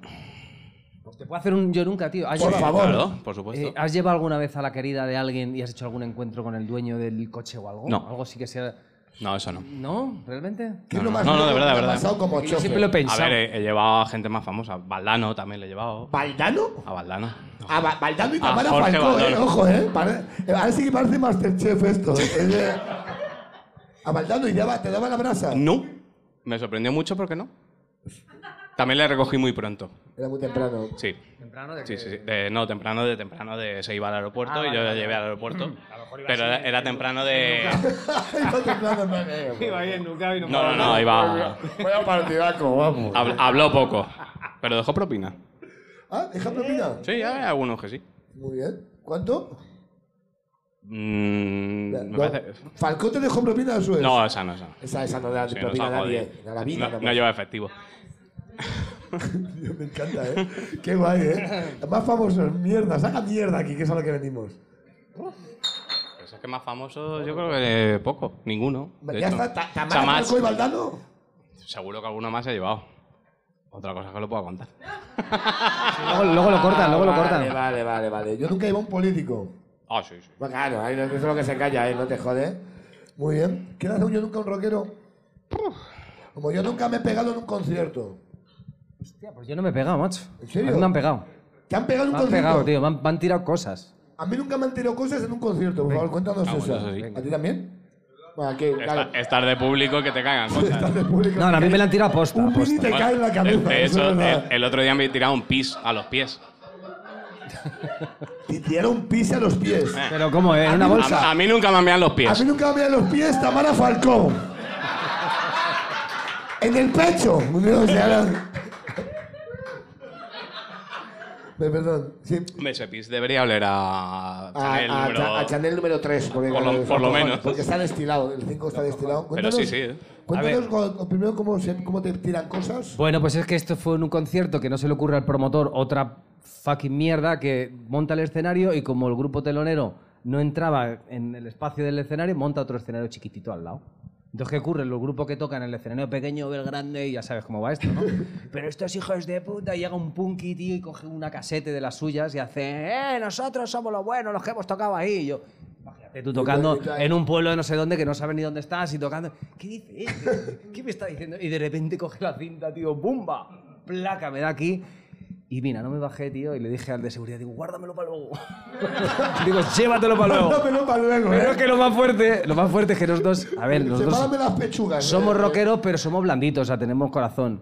G: Pues Te puedo hacer un yo nunca, tío. ¿Has
A: Por
G: llevado-
A: favor.
I: Claro, por supuesto.
G: eh, ¿Has llevado alguna vez a la querida de alguien y has hecho algún encuentro con el dueño del coche o algo?
I: No.
G: Algo sí que sea.
I: no, eso no.
G: ¿No? ¿Realmente?
A: ¿Qué es
I: No,
A: lo
I: no,
A: más
I: no, no,
A: loco
I: de verdad,
A: que
I: de
A: te ha
I: verdad.
A: pasado como
G: Yo
A: chofer?
G: siempre lo he
I: A
G: pensado.
I: ver, eh. he, he llevado a gente más famosa. Valdano también le he llevado.
J: ¿Valdano?
I: A Valdano.
J: A Ba- Valdano y
I: Ah,
J: Tamara
I: Jorge
J: Falcó, ¿eh?
I: Valdano.
A: Ojo, ¿eh? Pare- Ahora sí que parece Masterchef esto. ¿eh? Es de- A Valdano y daba- te daba la brasa.
I: No. Me sorprendió mucho porque no. También le recogí muy pronto.
A: Era muy temprano.
I: Sí.
G: Temprano de
I: Sí,
G: que-
I: sí, sí. De- no, temprano de temprano de se iba al aeropuerto
G: Ah,
I: y
G: vale,
I: yo la
G: vale,
I: llevé
G: vale.
I: al aeropuerto.
G: A lo mejor iba
I: Pero
G: así,
I: era, era temprano de.
A: Iba temprano, hermano.
G: Iba bien, nunca
I: Eh. No, no, no, iba.
J: Vaya partidaco, vamos.
I: hab- Habló poco. Pero dejó propina.
A: Ah, deja propina.
I: Sí, hay algunos que sí.
A: Muy bien. ¿Cuánto?
I: Mm, me
A: No.
I: parece-
A: Falcó te dejó propina a su vez.
I: No, esa no, esa no.
J: Esa, esa no da
I: Sí,
J: propina
I: nos ha
J: a nadie.
I: jodido.
J: A la vida.
I: No-
J: nada
I: no
J: más.
I: lleva efectivo.
A: Me encanta, ¿eh? Qué guay, ¿eh? Más famosos, mierda. Saca mierda aquí, que es a lo que venimos.
I: Pues es que más famoso, yo creo que poco, ninguno. de
A: ya
I: hecho.
A: está. Ta-
I: O sea,
A: Tamara,
I: más-
A: Falcó y Valdano.
I: seguro que alguno más se ha llevado. Otra cosa es que lo puedo contar.
G: Luego, luego lo cortan, luego lo
J: Vale,
G: cortan.
J: Vale, vale, vale.
A: Yo
J: Yo nunca...
A: nunca iba a un político.
I: Ah, sí, sí.
J: Bueno, claro, ahí no- eso es lo que se calla, ¿eh? No te jodes.
A: Muy bien. ¿Qué le hace un yo nunca a un rockero? Como yo nunca me he pegado en un concierto.
G: Hostia, pues yo no me he pegado, macho.
A: ¿En serio?
G: A mí me han pegado.
A: ¿Te han pegado en
G: Me
A: un
G: han
A: concierto?
G: pegado, tío. Me han, me han tirado cosas.
A: A mí nunca me han tirado cosas en un concierto. Por favor, cuéntanos
I: Ah, bueno,
A: esa.
I: eso sí.
A: ¿A ti también?
J: Bueno, aquí,
I: Estar,
J: claro.
I: estar de público y que te caigan cosas.
A: Estás de público.
G: No, no, a mí me la han tirado aposta.
A: Un pin y
G: aposta.
A: te cae en la
I: De,
A: cabeza.
I: de
A: eso
I: hecho,
A: es verdad.
I: este, eh, el, el otro día me tiraron pis a los pies.
A: Te tiraron pis a los pies.
G: Pero ¿cómo? ¿En una bolsa?
I: A, a mí nunca me han meado los
A: A mí
I: pies.
A: nunca me dan los pies Tamara Falcón. En el pecho. No, se hará- Eh, Perdón. Sí.
I: Hombre, ese pis debería oler a
J: A,
I: Chanel
J: a-
I: número-
J: a Chanel número 3. Por,
I: Por lo- por lo menos.
J: Porque
A: Está destilado. El 5 está destilado.
I: Pero sí, sí, eh.
A: Cuéntanos cu- primero cómo, se- cómo te tiran cosas.
G: Bueno, pues es que esto fue en un concierto que no se le ocurre al promotor otra fucking mierda que monta el escenario y como el grupo telonero no entraba en el espacio del escenario, monta otro escenario chiquitito al lado. Entonces, ¿qué ocurre? Los grupos que tocan el escenario pequeño ve el grande y ya sabes cómo va esto, ¿no? Pero estos hijos de puta, y llega un punky, tío, y coge una casete de las suyas y hace, ¡eh, nosotros somos los buenos, los que hemos tocado ahí! Y yo, imagínate tú tocando en un pueblo de no sé dónde que no sabes ni dónde estás y tocando, ¿qué dice este? ¿Qué me está diciendo? Y de repente coge la cinta, tío, ¡bumba! Placa, me da aquí. Y mira, no me bajé, tío, y le dije al de seguridad, digo, guárdamelo para luego. digo, llévatelo para luego.
A: Dámelo para luego.
G: Pero es
A: ¿eh?
G: que lo más fuerte, lo más fuerte es que nosotros, a ver, nosotros
A: Sepárame las pechugas. ¿eh?
G: somos rockeros, pero somos blanditos, o sea, tenemos corazón.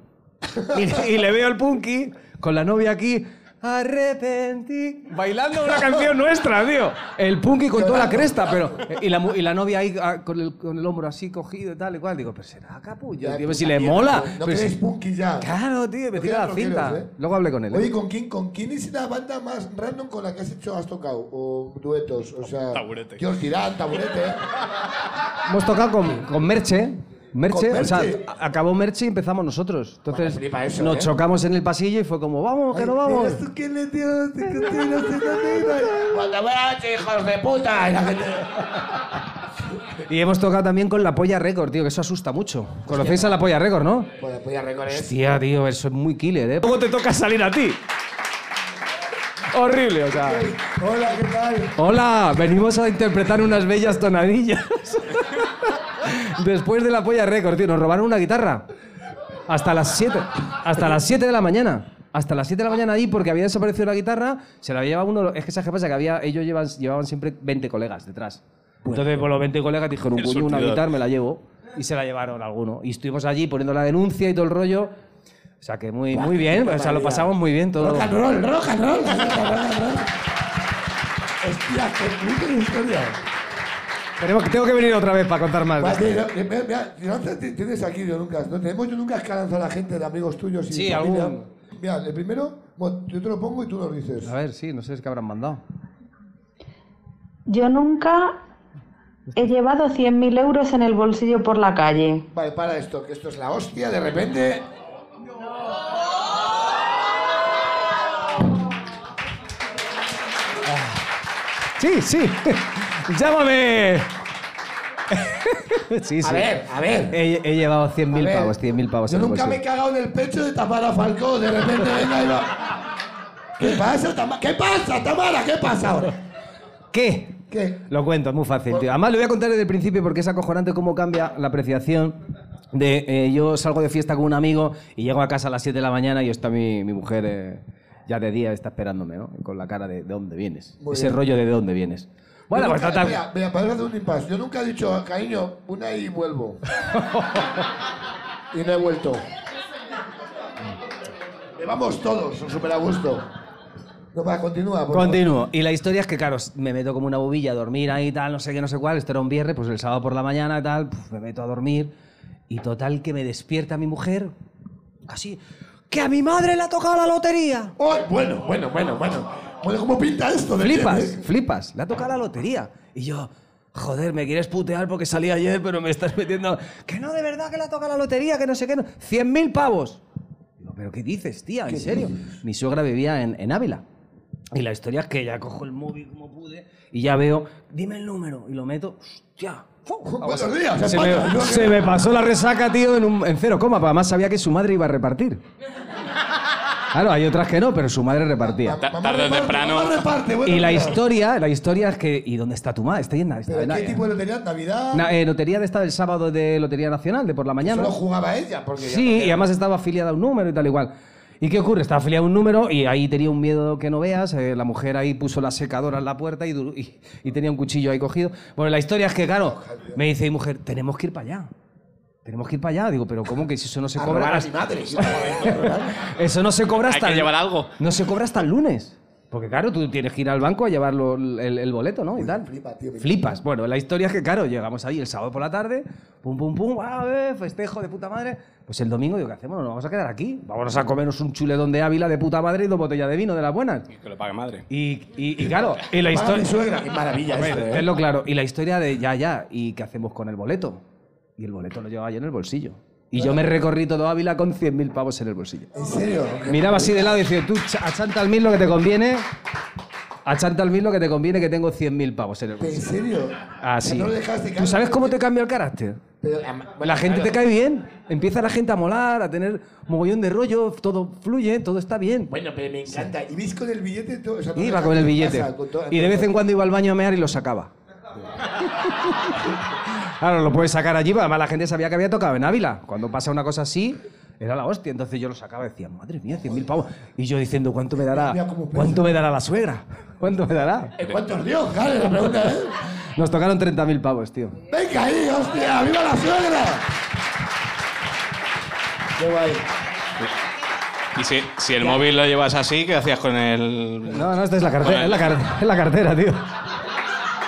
G: Y, y le veo al punky con la novia aquí. arrepentí. Bailando una canción nuestra, tío. El punky con toda la cresta, pero. Y la, mu- y la novia ahí ah, con el, con el hombro así cogido y tal y cual. Digo, pero será capullo.
A: Ya,
G: tío,
A: tú
G: si le
A: también,
G: mola.
A: No
G: Pero si-
A: queréis punky ya.
G: Claro, tío, me
A: No
G: tira
A: queréis
G: la cinta.
A: rockeros, ¿eh?
G: Luego hablé con él. ¿eh?
A: Oye, ¿con quién, ¿con quién es la banda más random con la que has hecho, has tocado? O duetos, o sea...
I: Taburete.
A: George Tirán, Taburete.
G: Hemos tocado con, con Merche. Merche,
A: ¿Con
G: o sea,
A: Merche?
G: a- acabó Merche y empezamos nosotros. Entonces
A: Bueno, flipa eso,
G: nos
A: ¿eh?
G: chocamos en el pasillo y fue como, vamos, que no vamos.
A: Mira tú quién es Dios, este que tú tienes esa vida. Cuando veas, hijos de puta. Y la gente...
G: Y hemos tocado también con la Polla Record, tío, que eso asusta mucho. ¿Conocéis a la Polla Record, no?
A: Bueno, pues ya recorres.
G: Hostia, tío, eso es muy killer, ¿eh? Luego te toca salir a ti. Horrible, o sea.
A: Hola, ¿qué tal?
G: Hola, venimos a interpretar unas bellas tonadillas. Después de la polla récord, tío, nos robaron una guitarra. Hasta las 7. Hasta las 7 de la mañana. Hasta las 7 de la mañana ahí porque había desaparecido la guitarra, se la había llevado uno. Es que sabes qué pasa que había, ellos llevan- llevaban siempre 20 colegas detrás.
J: Pues
G: Entonces, por los 20 colegas dijeron,
I: El
G: coño, una
I: surtidor.
G: guitarra me la llevo. Y se la llevaron alguno. Y estuvimos allí poniendo la denuncia y todo el rollo. O sea que muy, muy bien, o sea, lo pasamos muy bien todo.
A: Rock and roll, rock and roll, rock and roll, rock and roll. Hostia, qué brutal historia.
G: Tenemos- tengo que venir otra vez para contar más. de esto.
A: Vale, no, eh, mira, mira, si lanzas- ti- tienes aquí yo nunca, ¿no? Tenemos yo nunca que lanzar a la gente de amigos tuyos y
G: Sí,
A: familia.
G: algún.
A: Mira, el primero, bueno, yo te lo pongo y tú lo dices.
G: A ver, sí, no sé qué habrán mandado.
K: Yo nunca he llevado 100.000 euros en el bolsillo por la calle.
A: Vale, para esto, que esto es la hostia, de repente.
G: Sí, sí. Llámame. sí, sí.
A: A ver, a ver.
G: He, he llevado 100.000
A: a ver.
G: pavos, 100.000 pavos.
A: Yo
G: en el
A: nunca me he
G: bolsillo.
A: cagado en el pecho de Tamara Falcó, de repente venga y va. ¿Qué pasa, Tamara? ¿Qué pasa, Tamara? ¿Qué pasa ahora?
G: ¿Qué?
A: ¿Qué?
G: Lo cuento, es muy fácil, tío. Además, lo voy a contar desde el principio porque es acojonante cómo cambia la apreciación de eh, yo salgo de fiesta con un amigo y llego a casa a las 7 de la mañana y está mi, mi mujer eh, ya de día, está esperándome, ¿no? Con la cara de ¿de dónde vienes?
A: Muy
G: Ese
A: bien.
G: rollo de ¿de dónde vienes? Bueno,
A: Yo
G: pues
A: nunca-
G: total-
A: Mira, mira, para hacer un impasse. Yo nunca he dicho, cariño, una y vuelvo. y no he vuelto.
G: Mm.
A: Eh, Vamos todos, súper a gusto. No, va, continúa. por favor.
G: Continúo. Y la historia es que, claro, me meto como una bobilla a dormir ahí, tal, no sé qué, no sé cuál. Esto era un viernes, pues el sábado por la mañana, tal, puf, me meto a dormir. Y total que me despierta mi mujer, así, que a mi madre le ha tocado la lotería.
A: Ay, bueno, bueno, bueno, bueno. Bueno, ¿cómo pinta esto? de
G: Flipas,
A: bien, eh?
G: flipas, le ha tocado la lotería. Y yo, joder, me quieres putear porque salí ayer, pero me estás metiendo... Que no, de verdad que le ha tocado la lotería, que no sé qué, no. ¡Cien mil pavos! Digo, ¿pero qué dices, tía? ¿En serio? Mi suegra vivía en, en Ávila. Y la historia es que ya cojo el móvil como pude y ya veo, dime el número, y lo meto, hostia. ¡fu!
A: Buenos días,
G: Se
A: España. Yo
G: me,
A: que-
G: se me pasó la resaca, tío, en, un, en cero coma, porque además sabía que su madre iba a repartir. Claro, hay otras que no, pero su madre repartía.
I: Ta-
A: Mamá
I: tarde o
A: reparte,
I: temprano.
A: mamá reparte, buenos
G: Y la
A: días.
G: historia, la historia es que, ¿y dónde está tu madre? Está llena. Está
A: ¿Pero
G: llena.
A: qué tipo de lotería? ¿Navidad?
G: eh, Na- eh, lotería de esta del sábado de Lotería Nacional, de por la mañana.
A: Solo jugaba ella. Porque ya
G: Sí,
A: no
G: y además estaba afiliada a un número y tal igual. ¿Y qué ocurre? Estaba afiliada a un número y ahí tenía un miedo que no veas. eh, la mujer ahí puso la secadora en la puerta y, du- y- y tenía un cuchillo ahí cogido. Bueno, la historia es que, claro, me dice mi mujer, tenemos que ir para allá. Tenemos que ir para allá. Digo, pero ¿cómo que si eso no se
A: A
G: cobra?
A: robar a mi
G: hasta-
A: madre. sí, ¿verdad?
G: Eso no se cobra
I: Hay
G: hasta
I: que
G: el-
I: llevar algo.
G: No se cobra hasta el lunes. Porque claro, tú tienes que ir al banco a llevar lo- el, el boleto, ¿no? Y tal.
A: flipa, tío, me-
G: Flipas. Bueno, la historia es que, claro, llegamos ahí el sábado por la tarde, pum, pum, pum, ah, eh, festejo de puta madre. Pues el domingo, digo, ¿qué hacemos? ¿Nos vamos a quedar aquí? Vámonos a comernos un chuletón de Ávila de puta madre y dos botellas de vino de las buenas.
I: Que lo pague madre.
G: Y, y- y claro, y la
A: Mamá, mi
G: historia...
A: suegra. Qué maravilla esto, ¿eh?
G: Es lo claro. Y la historia de ya, ya, ¿y qué hacemos con el boleto? Y el boleto lo llevaba yo en el bolsillo. Y yo me recorrí todo Ávila con 100.000 pavos en el bolsillo.
A: ¿En serio?
G: Miraba así de lado y decía, tú ch- achanta al mil lo que te conviene, achanta al mil lo que te conviene que tengo 100.000 pavos en el
A: ¿En
G: bolsillo.
A: serio?
G: Así.
A: No lo dejaste
G: ¿Tú sabes cómo te cambia el carácter?
A: Pero, am-
G: La gente te
A: claro.
G: cae bien, empieza la gente a molar, a tener mogollón de rollo, todo fluye, todo está bien.
A: Bueno, pero me encanta. ¿Y veis con el billete? todo? O sea, no
G: Iba
A: dejas
G: con el
A: en
G: billete.
A: casa, con todo-
G: Y de vez en cuando iba al baño a mear y lo sacaba. Claro, lo puedes sacar allí, pero además la gente sabía que había tocado en Ávila. Cuando pasa una cosa así, era la hostia. Entonces yo lo sacaba y decía, madre mía, 100.000 pavos. Y yo diciendo, ¿cuánto me dará?
A: Mira cómo pesa.
G: ¿Cuánto me dará la suegra? ¿Cuánto me dará?
A: ¿En cuántos dio? Claro, la pregunta es...
G: Nos tocaron 30.000 pavos, tío.
A: ¡Venga ahí, hostia! ¡Viva la suegra! ¡Qué guay!
I: Y si, si el móvil lo llevas así, ¿qué hacías con el...?
G: No, no, esta es la cartera, es la, car- es la cartera, tío.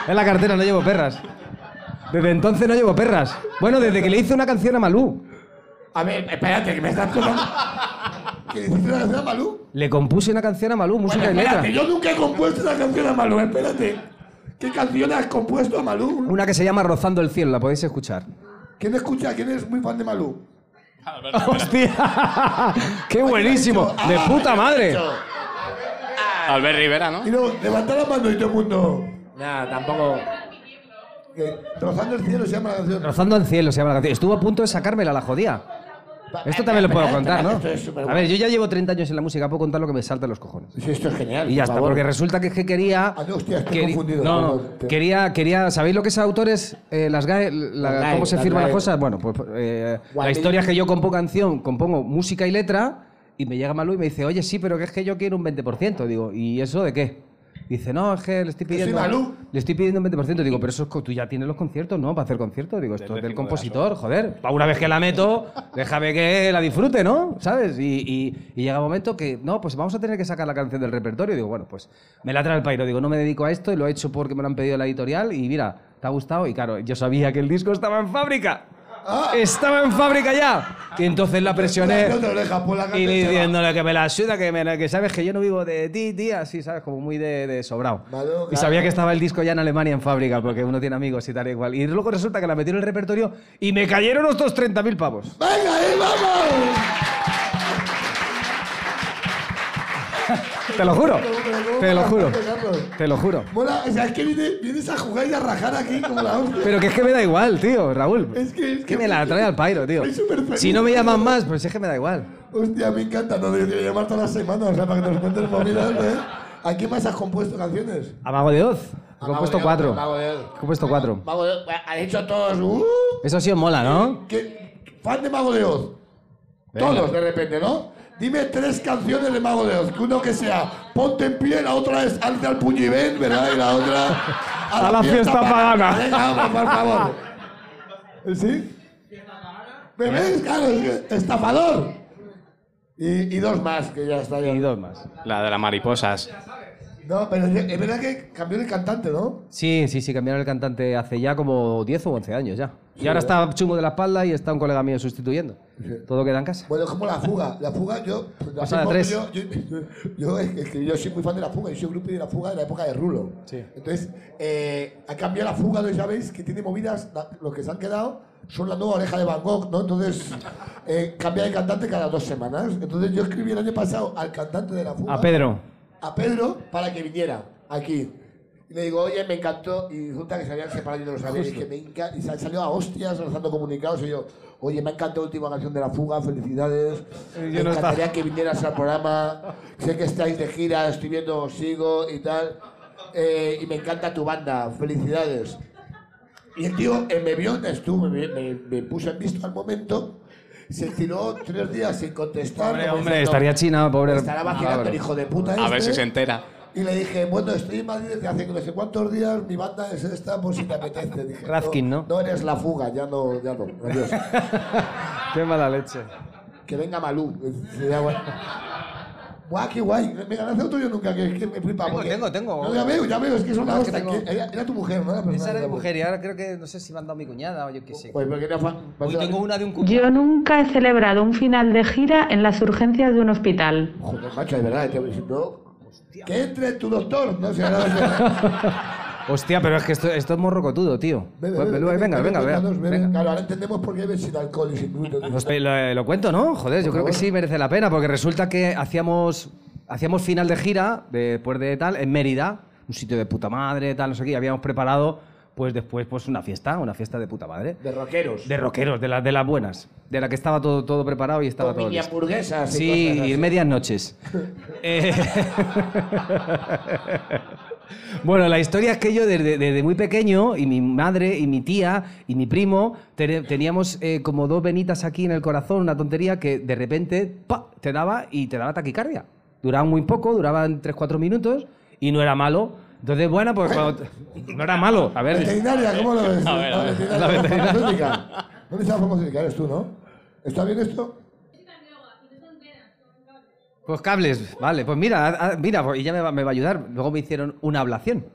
G: Es la cartera, no llevo perras. Desde entonces no llevo perras. Bueno, desde que le hice una canción a Malú.
A: A ver, espérate, que me estás tomando. ¿Que le hiciste una canción a Malú?
G: Le compuse una canción a Malú, música y letra.
A: Espérate, yo nunca he compuesto una canción a Malú, espérate. ¿Qué canción has compuesto a Malú?
G: Una que se llama Rozando el Cielo, la podéis escuchar.
A: ¿Quién escucha? ¿Quién es muy fan de Malú? Ah,
G: ¡Hostia! ¡Qué buenísimo! ¡De puta madre!
I: Albert Rivera, ¿no?
A: Y luego, levanta la mano y todo el mundo.
G: Nada, tampoco.
A: que Trozando el cielo se llama la canción.
G: Rozando el Cielo se llama la canción. Estuvo a punto de sacármela la jodía. Esto también lo puedo contar, ¿no?
A: eh, Esto es súper
G: A ver, yo ya llevo 30 años en la música, puedo contar lo que me salta en los cojones.
A: Sí, esto es genial.
G: Y
A: por
G: ya está,
A: favor.
G: porque resulta que, es que quería.
A: Ah, no, hostia, estoy
G: queri-
A: confundido.
G: no, no,
A: Perdón, te-
G: quería, quería. ¿Sabéis lo que es autores? Eh, las GAE, la-
A: Las GAE,
G: ¿Cómo se
A: las
G: firman
A: GAE.
G: las cosas? Bueno, pues eh,
A: Guay.
G: la historia es que yo compongo canción, compongo música y letra, y me llega Malú y me dice, oye, sí, pero que es que yo quiero un 20%. Digo, ¿y eso de qué? Dice, no, es que le estoy
A: soy
G: pidiendo.
A: Malú.
G: Le estoy pidiendo un 20%. Digo, pero eso es co- tú ya tienes los conciertos, ¿no? Para hacer conciertos. Digo, esto es del compositor, joder. Pa' Una vez que la meto, déjame que la disfrute, ¿no? ¿Sabes? Y, y- y llega un momento que, no, pues vamos a tener que sacar la canción del repertorio. Digo, bueno, pues me la trae el pairo. Digo, no me dedico a esto y lo he hecho porque me lo han pedido la editorial y mira, te ha gustado. Y claro, yo sabía que el disco estaba en fábrica. Estaba en fábrica ya. Y entonces la presioné.
A: Ah. No te orejas, pon la
G: Y
A: canción, chaval.
G: diciéndole que me la ayuda, que, me la- que sabes que yo no vivo de ti, tía, así, ¿sabes? Como muy de, de sobrado.
A: Malú,
G: Y
A: claro.
G: sabía que estaba el disco ya en Alemania en fábrica, porque uno tiene amigos y tal y igual. Y luego resulta que la metieron en el repertorio y me cayeron estos 30.000 pavos.
A: ¡Venga, ahí vamos!
G: Te lo juro. Te lo juro.
A: Carlos.
G: Te lo juro.
A: Mola, o sea, es que vienes, vienes a jugar y a rajar aquí como la hostia.
G: Pero que es que me da igual, tío, Raúl.
A: Es que- es que-
G: me la trae al pairo, tío.
A: Soy súper feliz.
G: Si no me llaman más, pues es que me da igual.
A: Hostia, me encanta, no debería llamar todas las semanas o sea, para que nos cuentes movidas, ¿eh? ¿A quién más has compuesto canciones?
G: Amago de Oz. He compuesto cuatro.
A: Mago de
G: He compuesto cuatro.
A: Mago de Oz. Has hecho todos. ¡Uh!
G: Eso ha sido mola, ¿no?
A: ¿Qué? Fan de Mago de Oz. Todos de repente, ¿no? Dime tres canciones de Mago de Oz. que Uno que sea Ponte en pie, la otra es Alza al puño y ven, ¿verdad? Y la otra.
G: A la fiesta pagana.
A: Venga, vamos, por favor. ¿Sí? ¿Me ves? Claro, es que- estafador. Y, y dos más, que ya está. Ya.
G: Y dos más.
I: La de las mariposas.
A: No, pero es verdad que cambió de cantante, ¿no?
G: Sí, sí, sí, cambiaron el cantante hace ya como 10 o 11 años ya. Y ahora está chungo de la espalda y está un colega mío sustituyendo. Todo queda en casa.
A: Bueno, es como la fuga. La fuga, yo. pues,
G: Pasada
A: hace
G: tres.
A: poco Yo, yo, yo- es que yo soy muy fan de la fuga. Yo soy grupo de la fuga de la época de Rulo.
G: Sí.
A: Entonces, eh, ha cambiado la fuga, ¿no? ya veis que tiene movidas. la- los que se han quedado son la nueva oreja de Van Gogh, ¿no? Entonces, eh, cambia de cantante cada dos semanas. Entonces, yo escribí el año pasado al cantante de la fuga.
G: A Pedro.
A: a Pedro para que viniera aquí. Y le digo, oye, me encantó. Y resulta que se habían separado y no lo sabía. Y, dije, me encanta. y se han salido a hostias lanzando comunicados. Y yo, oye, me ha encantado la última canción de La Fuga, felicidades. me
G: no
A: encantaría que vinieras al programa. Sé que estáis de gira, estoy viendo, os sigo y tal. Eh, y me encanta tu banda, felicidades. Y el tío eh, me vio, estuvo, me, me, me puso en visto al momento. Se tiró tres días sin contestar.
G: Hombre,
A: como
G: hombre,
A: diciendo,
G: estaría china, pobre. Ah,
A: Estará vacilando el hijo de puta
I: A ver
A: este.
I: si se entera.
A: Y le dije, bueno, estoy en Madrid desde hace no sé cuántos días, mi banda es esta, por si te apetece. Dije,
G: Raskin, ¿no?
A: No eres la fuga, ya no, ya no. Adiós.
G: Qué mala leche.
A: que venga Malú. Sería guay. Guau, qué guay. Me ganaste otro yo nunca, que, que me flipa.
G: Tengo,
A: porque-
G: tengo, tengo.
A: No, ya veo, ya veo, es que es una
G: Ah, es que
A: hostia.
G: tengo-
A: que Era, era tu mujer, ¿no? La persona
G: Esa era
A: que
G: mi
A: era
G: mujer y ahora creo que no sé si me han dado mi cuñada o yo qué sé.
A: Pues porque era fan.
G: Hoy tengo una de un cuñado.
D: Yo nunca he celebrado un final de gira en las urgencias de un hospital.
A: Joder, macho, de verdad, este te voy diciendo. Que entre tu doctor. No sé, ahora-
G: Hostia, pero es que esto, esto es morrocotudo, tío.
A: Bebe,
G: Pues,
A: bebe,
G: Belú,
A: bebe,
G: venga,
A: bebe,
G: venga, venga.
A: cuéntanos, bebe.
G: venga.
A: Claro, ahora entendemos por qué ves sin alcohol y sin gluten.
G: Os pe- eh, lo, lo cuento, ¿no? Joder, yo creo que sí merece la pena, porque resulta que hacíamos, hacíamos final de gira, de- después de tal, en Mérida, un sitio de puta madre, tal, no sé qué, y habíamos preparado, pues después, pues una fiesta, una fiesta de puta madre.
A: De rockeros.
G: De rockeros, de, las de las buenas, de la que estaba todo, todo preparado y estaba
A: Con
G: todo
A: mini
G: listo.
A: hamburguesas y
G: Sí,
A: cosas así.
G: y medias noches. Eh, bueno, la historia es que yo desde, desde muy pequeño, y mi madre, y mi tía, y mi primo, te- teníamos eh, como dos venitas aquí en el corazón, una tontería que de repente ¡pa! te daba y te daba taquicardia. Duraban muy poco, duraban 3-4 minutos y no era malo. Entonces, bueno, pues cuando- no era malo. A ver,
A: Veterinaria, ¿cómo lo ves?
I: A ver, a
A: La
I: ver.
A: veterinaria,
G: La veterinaria.
A: farmacéutica. ¿Dónde está la farmacéutica? Eres tú, ¿no? ¿Está bien esto?
G: Pues cables, vale. Pues mira, ah, ah, mira, pues- y ya me va, me va a ayudar. Luego me hicieron una ablación.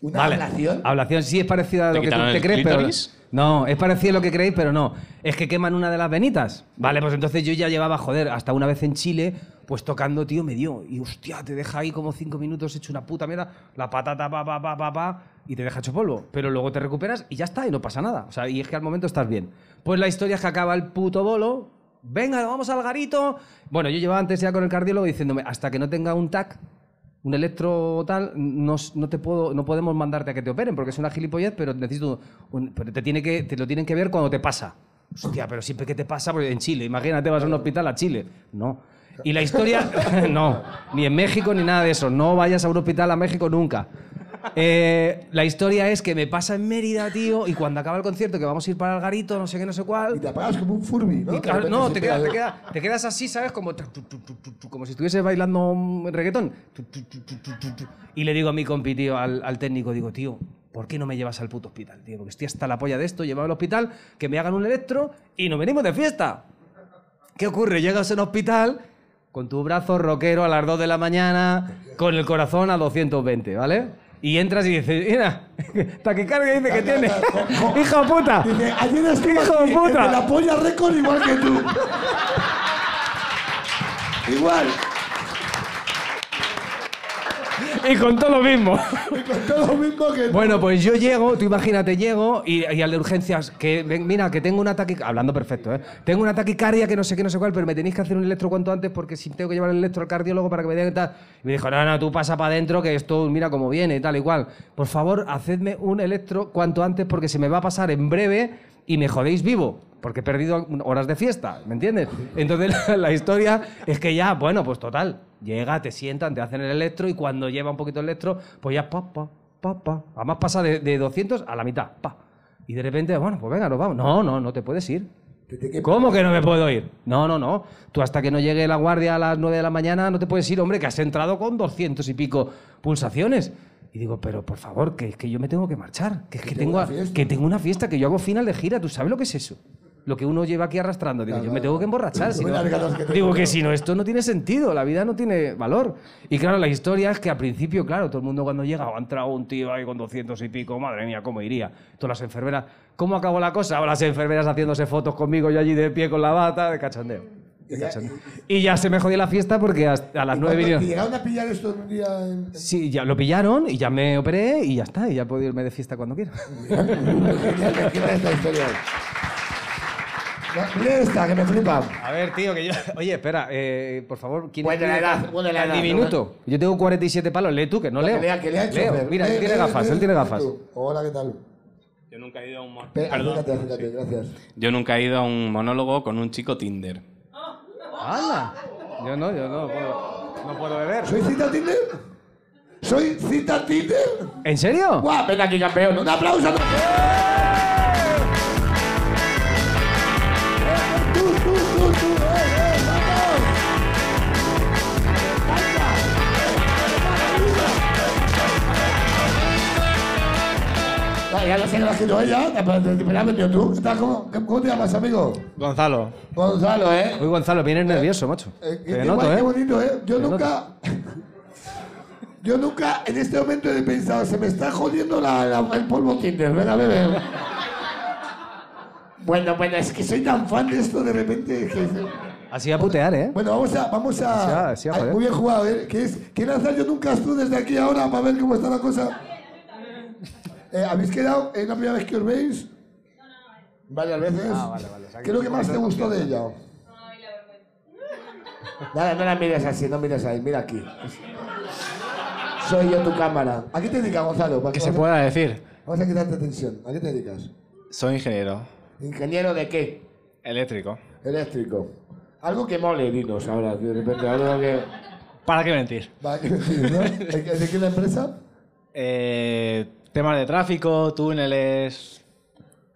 A: ¿Una ablación?
G: Ablación sí es parecida a
A: ¿Te
G: lo que tú
A: quitaron
G: te
A: el
G: crees, pero.
A: clítoris?
G: No, es parecido a lo que creéis, pero no. Es que queman una de las venitas. Vale, pues entonces yo ya llevaba, joder, hasta una vez en Chile, pues tocando, tío, me dio. Y hostia, te deja ahí como cinco minutos hecho una puta mierda, la patata, pa, pa, pa, pa, pa, y te deja hecho polvo. Pero luego te recuperas y ya está, y no pasa nada. O sea, y es que al momento estás bien. Pues la historia es que acaba el puto bolo. Venga, vamos al garito. Bueno, yo llevaba antes ya con el cardiólogo diciéndome, hasta que no tenga un TAC, un electro tal, no, s- no te puedo, no podemos mandarte a que te operen porque es una gilipollez, pero necesito, un- pero te tiene que, te lo tienen que ver cuando te pasa. Hostia, pero siempre que te pasa, porque en Chile, imagínate, vas a un hospital a Chile. No. Y la historia, no, ni en México ni nada de eso. No vayas a un hospital a México nunca. Eh, la historia es que me pasa en Mérida, tío, y cuando acaba el concierto, que vamos a ir para el garito, no sé qué, no sé cuál. Y te
A: apagas como un Furby, ¿no?
G: claro,
A: De repente
G: no,
A: se
G: te
A: pega
G: quedas, te,
A: el-
G: quedas, te quedas así, ¿sabes? Como, tu, tu, tu, tu, tu, tu, como si estuviese bailando un reggaetón. Tu, tu, tu, tu, tu, tu, tu. Y le digo a mi compi, tío, al, al técnico, digo, tío, ¿por qué no me llevas al puto hospital, tío? Porque estoy hasta la polla de esto, llevado al hospital, que me hagan un electro y nos venimos de fiesta. ¿Qué ocurre? Llegas a un hospital con tu brazo rockero a las 2 de la mañana, con el corazón a 220, ¿vale? Y entras y dices, mira, taquicardia dice que tiene. ¡Hijo de puta!
A: ayer estuve
G: ¡Hijo de puta!
A: la polla récord igual que tú. igual.
G: Y contó lo mismo.
A: todo lo mismo que
G: Bueno, pues yo llego, tú imagínate, llego y, y al de urgencias, que ven, mira, que tengo un ataque, hablando perfecto, ¿eh? Tengo un ataque taquicardia que no sé qué, no sé cuál, pero me tenéis que hacer un electro cuanto antes porque si tengo que llevar el electro al cardiólogo para que me digan y tal. Y me dijo, no, no, tú pasa para adentro que esto, mira cómo viene y tal y cual. Por favor, hacedme un electro cuanto antes porque se me va a pasar en breve y me jodéis vivo. Porque he perdido horas de fiesta, ¿me entiendes? Entonces la, la historia es que ya, bueno, pues total, llega, te sientan, te hacen el electro y cuando lleva un poquito el electro, pues ya pa, pa, pa, pa. Además pasa de, de 200 a la mitad, pa. Y de repente, bueno, pues venga, nos vamos. No, no, no te puedes ir. ¿Cómo que no me puedo ir? No, no, no. Tú hasta que no llegue la guardia a las 9 de la mañana no te puedes ir, hombre, que has entrado con 200 y pico pulsaciones. Y digo, pero por favor, que, que yo me tengo que marchar, que es que tengo,
A: una
G: a- que tengo una fiesta, que yo hago final de gira, ¿tú sabes lo que es eso? Lo que uno lleva aquí arrastrando. Digo, yo me tengo que emborrachar. si no- digo que si no, esto no tiene sentido, la vida no tiene valor. Y claro, la historia es que al principio, claro, todo el mundo cuando llega, ha entrado un tío ahí con 200 y pico, madre mía, ¿cómo iría? Todas las enfermeras, ¿cómo acabó la cosa? Las enfermeras haciéndose fotos conmigo, yo allí de pie con la bata, de cachondeo. de cachondeo. Y ya se me jodió la fiesta porque hasta- a las nueve
A: Cuando te
G: vinieron.
A: llegaron a pillar esto en un día en-
G: Sí, ya lo pillaron y ya me operé y ya está, y ya puedo irme de fiesta cuando quiera.
A: esta historia. Lee esta, que me flipa.
G: A ver, tío, que yo. Oye, espera, eh, por favor, ¿quién
A: Bueno, la
G: escribe
A: edad,
G: tan-
A: bueno, la
G: tan
A: edad,
G: diminuto? Yo tengo 47 palos, lee tú, que no
A: Que
G: leo.
A: lea, que lea el
G: Leo,
A: chofer.
G: Mira,
A: Lee,
G: él tiene
A: lee,
G: gafas,
A: lee,
G: él tiene
A: lee
G: gafas.
A: tú. Hola, ¿qué tal?
I: Yo nunca he ido a un mon-
A: Pe-
I: Perdón.
A: Acércate, acércate, gracias.
I: Yo nunca he ido a un monólogo con un chico Tinder.
G: ¡Hala! Yo no, yo no puedo, no puedo beber.
A: ¿Soy cita Tinder? ¿Soy cita Tinder?
G: ¿En serio?
A: ¡Guau! Ven aquí, campeón. Un aplauso. Tú, tú, tú, tú, eh, eh, vamos. Ah, Ya lo sé que lo has sido ella, pero te te- me la has metido tú. ¿Qué tal? ¿Cómo, qué- cómo te llamas, amigo?
G: Gonzalo.
A: Gonzalo, ¿eh?
G: Uy, Gonzalo, vienes nervioso, macho.
A: Eh,
G: Te
A: igual,
G: noto,
A: qué
G: ¿eh?
A: bonito, ¿eh? Yo
G: Te noto.
A: nunca. Yo nunca en este momento he pensado, se me está jodiendo la, la- el polvo Tinder, ven a beber. bueno, bueno, es que soy tan fan de esto de repente. que-
G: Así a putear, ¿eh?
A: Bueno, vamos a. Vamos
G: Así a-
A: a
G: así a
A: Ay,
G: joder.
A: muy bien jugado, ¿eh? ¿Quieres, quieres hacer yo nunca tú desde aquí ahora para ver cómo está la cosa? Eh, ¿Habéis quedado? ¿Es la primera vez que os veis? Varias veces.
G: Ah, vale, vale. O sea,
A: ¿Qué es lo que más te gustó de ella? Nada, no la mires así, no mires ahí, mira aquí. Soy yo tu cámara. ¿A qué te dedicas, Gonzalo? Para
L: Que
A: que
L: se
A: vamos a-
L: pueda decir.
A: Vamos a quitarte tensión. ¿A qué te dedicas?
L: Soy ingeniero
A: ¿Ingeniero de qué?
L: eléctrico.
A: Eléctrico. Algo que mole, dinos ahora, de repente. Algo que...
L: ¿Para qué mentir?
A: Va, ¿qué decir, no? ¿De de qué es la empresa?
L: Eh, temas de tráfico, túneles.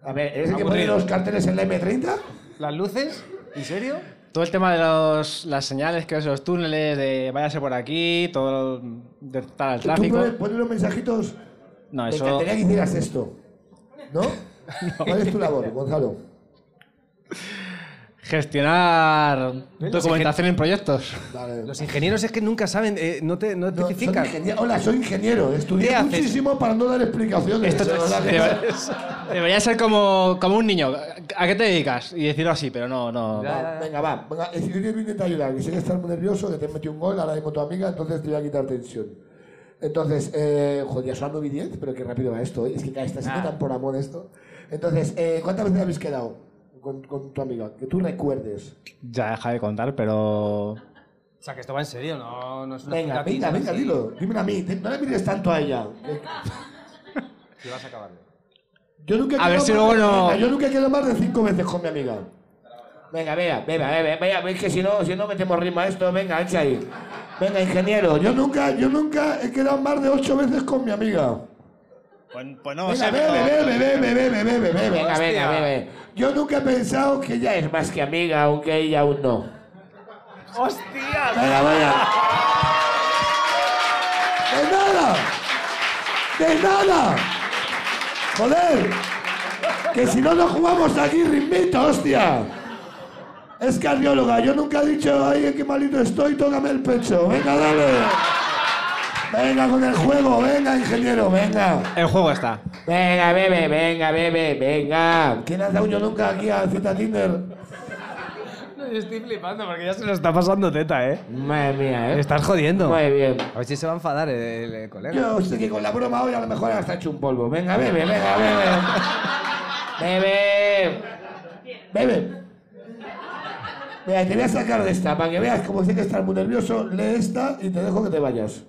A: A ver, ¿es el que pone
L: Aburrido.
A: los carteles en la M30?
L: ¿Las luces? ¿En serio? Todo el tema de los- las señales que ves en los túneles, de váyase por aquí, todo lo- de tal al
A: ¿Tú pones
L: tráfico.
A: pones los mensajitos?
L: No,
A: Me
L: eso.
A: encantaría que hicieras esto. ¿No? ¿Cuál es tu labor, Gonzalo?
L: Gestionar
G: Los
L: documentación
G: ingen-
L: en proyectos.
G: Los ingenieros es que nunca saben, eh, no, te, no especifican.
L: ingenie- hola, soy
A: ingeniero, estudié
G: ¿Qué haces?
A: muchísimo para no dar explicaciones.
L: Esto
A: de verdad que-
L: deba- debería ser como, como un niño. ¿A qué te dedicas? Y decirlo así, pero no, no.
A: Va, Venga, va. Venga, es que yo te voy a intentar ayudar. que Sé que estás muy nervioso, que te has metido un gol, ahora mismo tu amiga, entonces te voy a quitar tensión. Entonces, eh, joder, ya son 9 y 10, pero qué rápido va esto. ¿eh? Es que claro, está
L: Ah.
A: siendo tan por amor esto. Entonces, eh, ¿cuántas veces habéis quedado con, con tu amiga? Que tú recuerdes.
L: Ya deja de contar, pero.
G: O sea, que esto va en serio, no, no es una
A: Venga, venga,
G: picardía,
A: venga,
G: sí.
A: dilo. Dímelo a mí. te- No le mires tanto a ella.
G: Que vas a acabar.
A: Yo nunca he
L: A ver
A: quedado
L: si
A: más
L: luego
A: de-
L: no-
A: venga, Yo nunca he quedado más de 5 veces con mi amiga. Venga, venga, venga, venga, venga, venga, que si no, si no metemos ritmo a esto, venga, echa ahí. Venga, ingeniero, yo nunca, yo nunca he quedado más de 8 veces con mi amiga.
L: Pues, pues no,
A: Venga, bebe, bebe, bebe, bebe, bebe, bebe, venga, venga, bebe. Yo nunca he pensado que ella es más que amiga, aunque ella aún no.
G: ¡Hostia!
A: Venga, venga. ¡De nada! ¡De nada! ¡Joder! Que si no, no jugamos aquí, ritmito, hostia. Es cardióloga, yo nunca he dicho, ay, qué malito estoy, tócame el pecho. Venga, dale. Venga con el juego, venga, ingeniero, venga.
L: El juego está.
A: Venga, bebe, venga, bebe, venga. ¿Quién ha dado yo nunca aquí a Zeta Tinder?
G: yo estoy flipando porque ya se nos está pasando teta, ¿eh?
A: Madre mía, ¿eh?
G: Estás jodiendo.
A: Muy bien.
G: A ver si se va a enfadar el, el colega.
A: Yo sé que con la broma hoy a lo mejor hasta he hecho un polvo. Venga, bebe, venga, bebe. Bebe. Bebe. Mira, te voy a sacar de esta para que veas cómo sé que estás muy nervioso. Lee esta y te dejo que te vayas.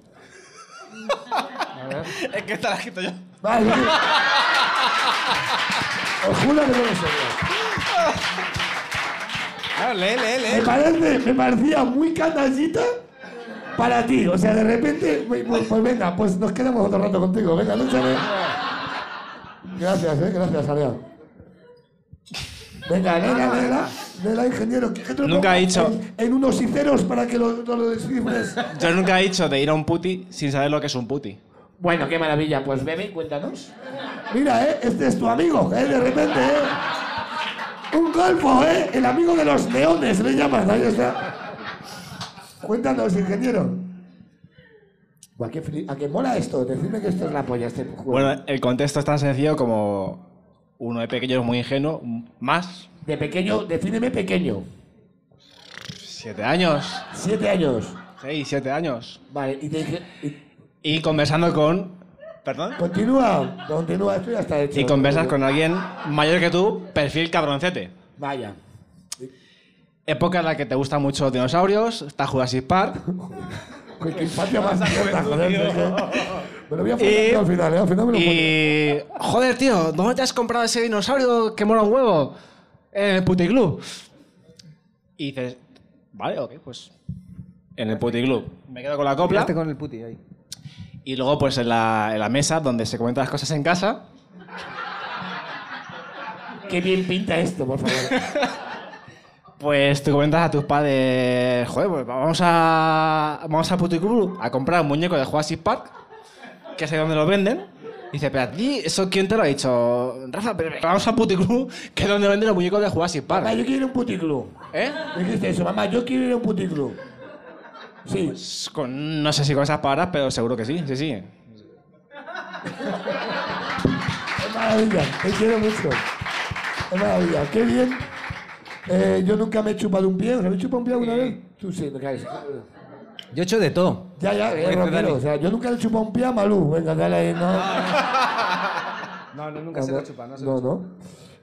L: Es que esta la quito yo.
A: Vale. vale. Os juro que no lo sabía.
L: Ah, lee, lee, lee.
A: Me, parece, me parecía muy canallita para ti. O sea, de repente, pues, pues- pues venga, pues nos quedamos otro rato contigo. Venga, lúchame. Gracias, eh, gracias, Alea. Venga, léela, léela. Léela, ingeniero. ¿Qué- qué te lo
L: Nunca
A: pongo?
L: he dicho-
A: En, en unos y ceros para que lo, no lo descifres.
L: Yo nunca he dicho de ir a un puti sin saber lo que es un puti.
A: Bueno, qué maravilla. Pues bebe y cuéntanos. Mira, eh, este es tu amigo, eh, de repente, eh. Un golfo, eh. El amigo de los leones, le llamas. Ahí está. Cuéntanos, ingeniero. Buah, qué fli- ¿A qué mola esto? Decidme que esto es la polla, este juego.
L: Bueno, el contexto es tan sencillo como uno de pequeño es muy ingenuo, más
A: De pequeño, defíneme pequeño.
L: siete años.
A: Siete años.
L: Seis, siete años.
A: Vale, y,
L: y conversando con... ¿Perdón?
A: Continúa, continúa, esto ya está hecho.
L: Y conversas con alguien mayor que tú, perfil cabroncete.
A: Vaya.
L: Época en la que te gustan mucho los dinosaurios, está Jurassic Park.
A: Qué qué infancia más mierda, joder. es que- Me lo voy a
L: Y-
A: poner al final, eh, al final me lo
L: Y... Joder, tío, ¿dónde te has comprado ese dinosaurio que mola un huevo? En el puticlub. Y dices, vale, ok, pues... En el puticlub. Me quedo con la copla.
G: Quédate con el puti ahí.
L: Y luego, pues, en la, en la mesa donde se comentan las cosas en casa.
A: Qué bien pinta esto, por favor.
L: Pues te comentas a tus padres, joder, pues vamos a vamos a Puticlub a comprar un muñeco de Jurassic Park, que sé dónde lo venden. Y dice, pero a ti, ¿eso quién te lo ha dicho? Rafa, pero vamos a Puticlub, que es donde venden los muñecos de Jurassic Park.
A: Mamá, yo quiero ir a un puticlub.
L: ¿Eh?
A: Dijiste eso, mamá, yo quiero ir a un puticlub. Sí.
L: Pues con- no sé si con esas palabras, pero seguro que sí, sí, sí.
A: Es maravilla, te quiero mucho. Es maravilla, qué bien. Eh, yo nunca me he chupado un pie, ¿os habéis chupado un pie alguna vez? Tú sí, me caes.
G: Yo he hecho de todo.
A: Ya, ya, eh,
G: Dice
A: Romero,
G: Dani.
A: o sea, yo nunca le he chupado un pie a Malú. Venga, dale ahí, no.
G: No, no, nunca
A: Ah,
G: se
A: no,
G: lo chupa, no se lo
A: No, no.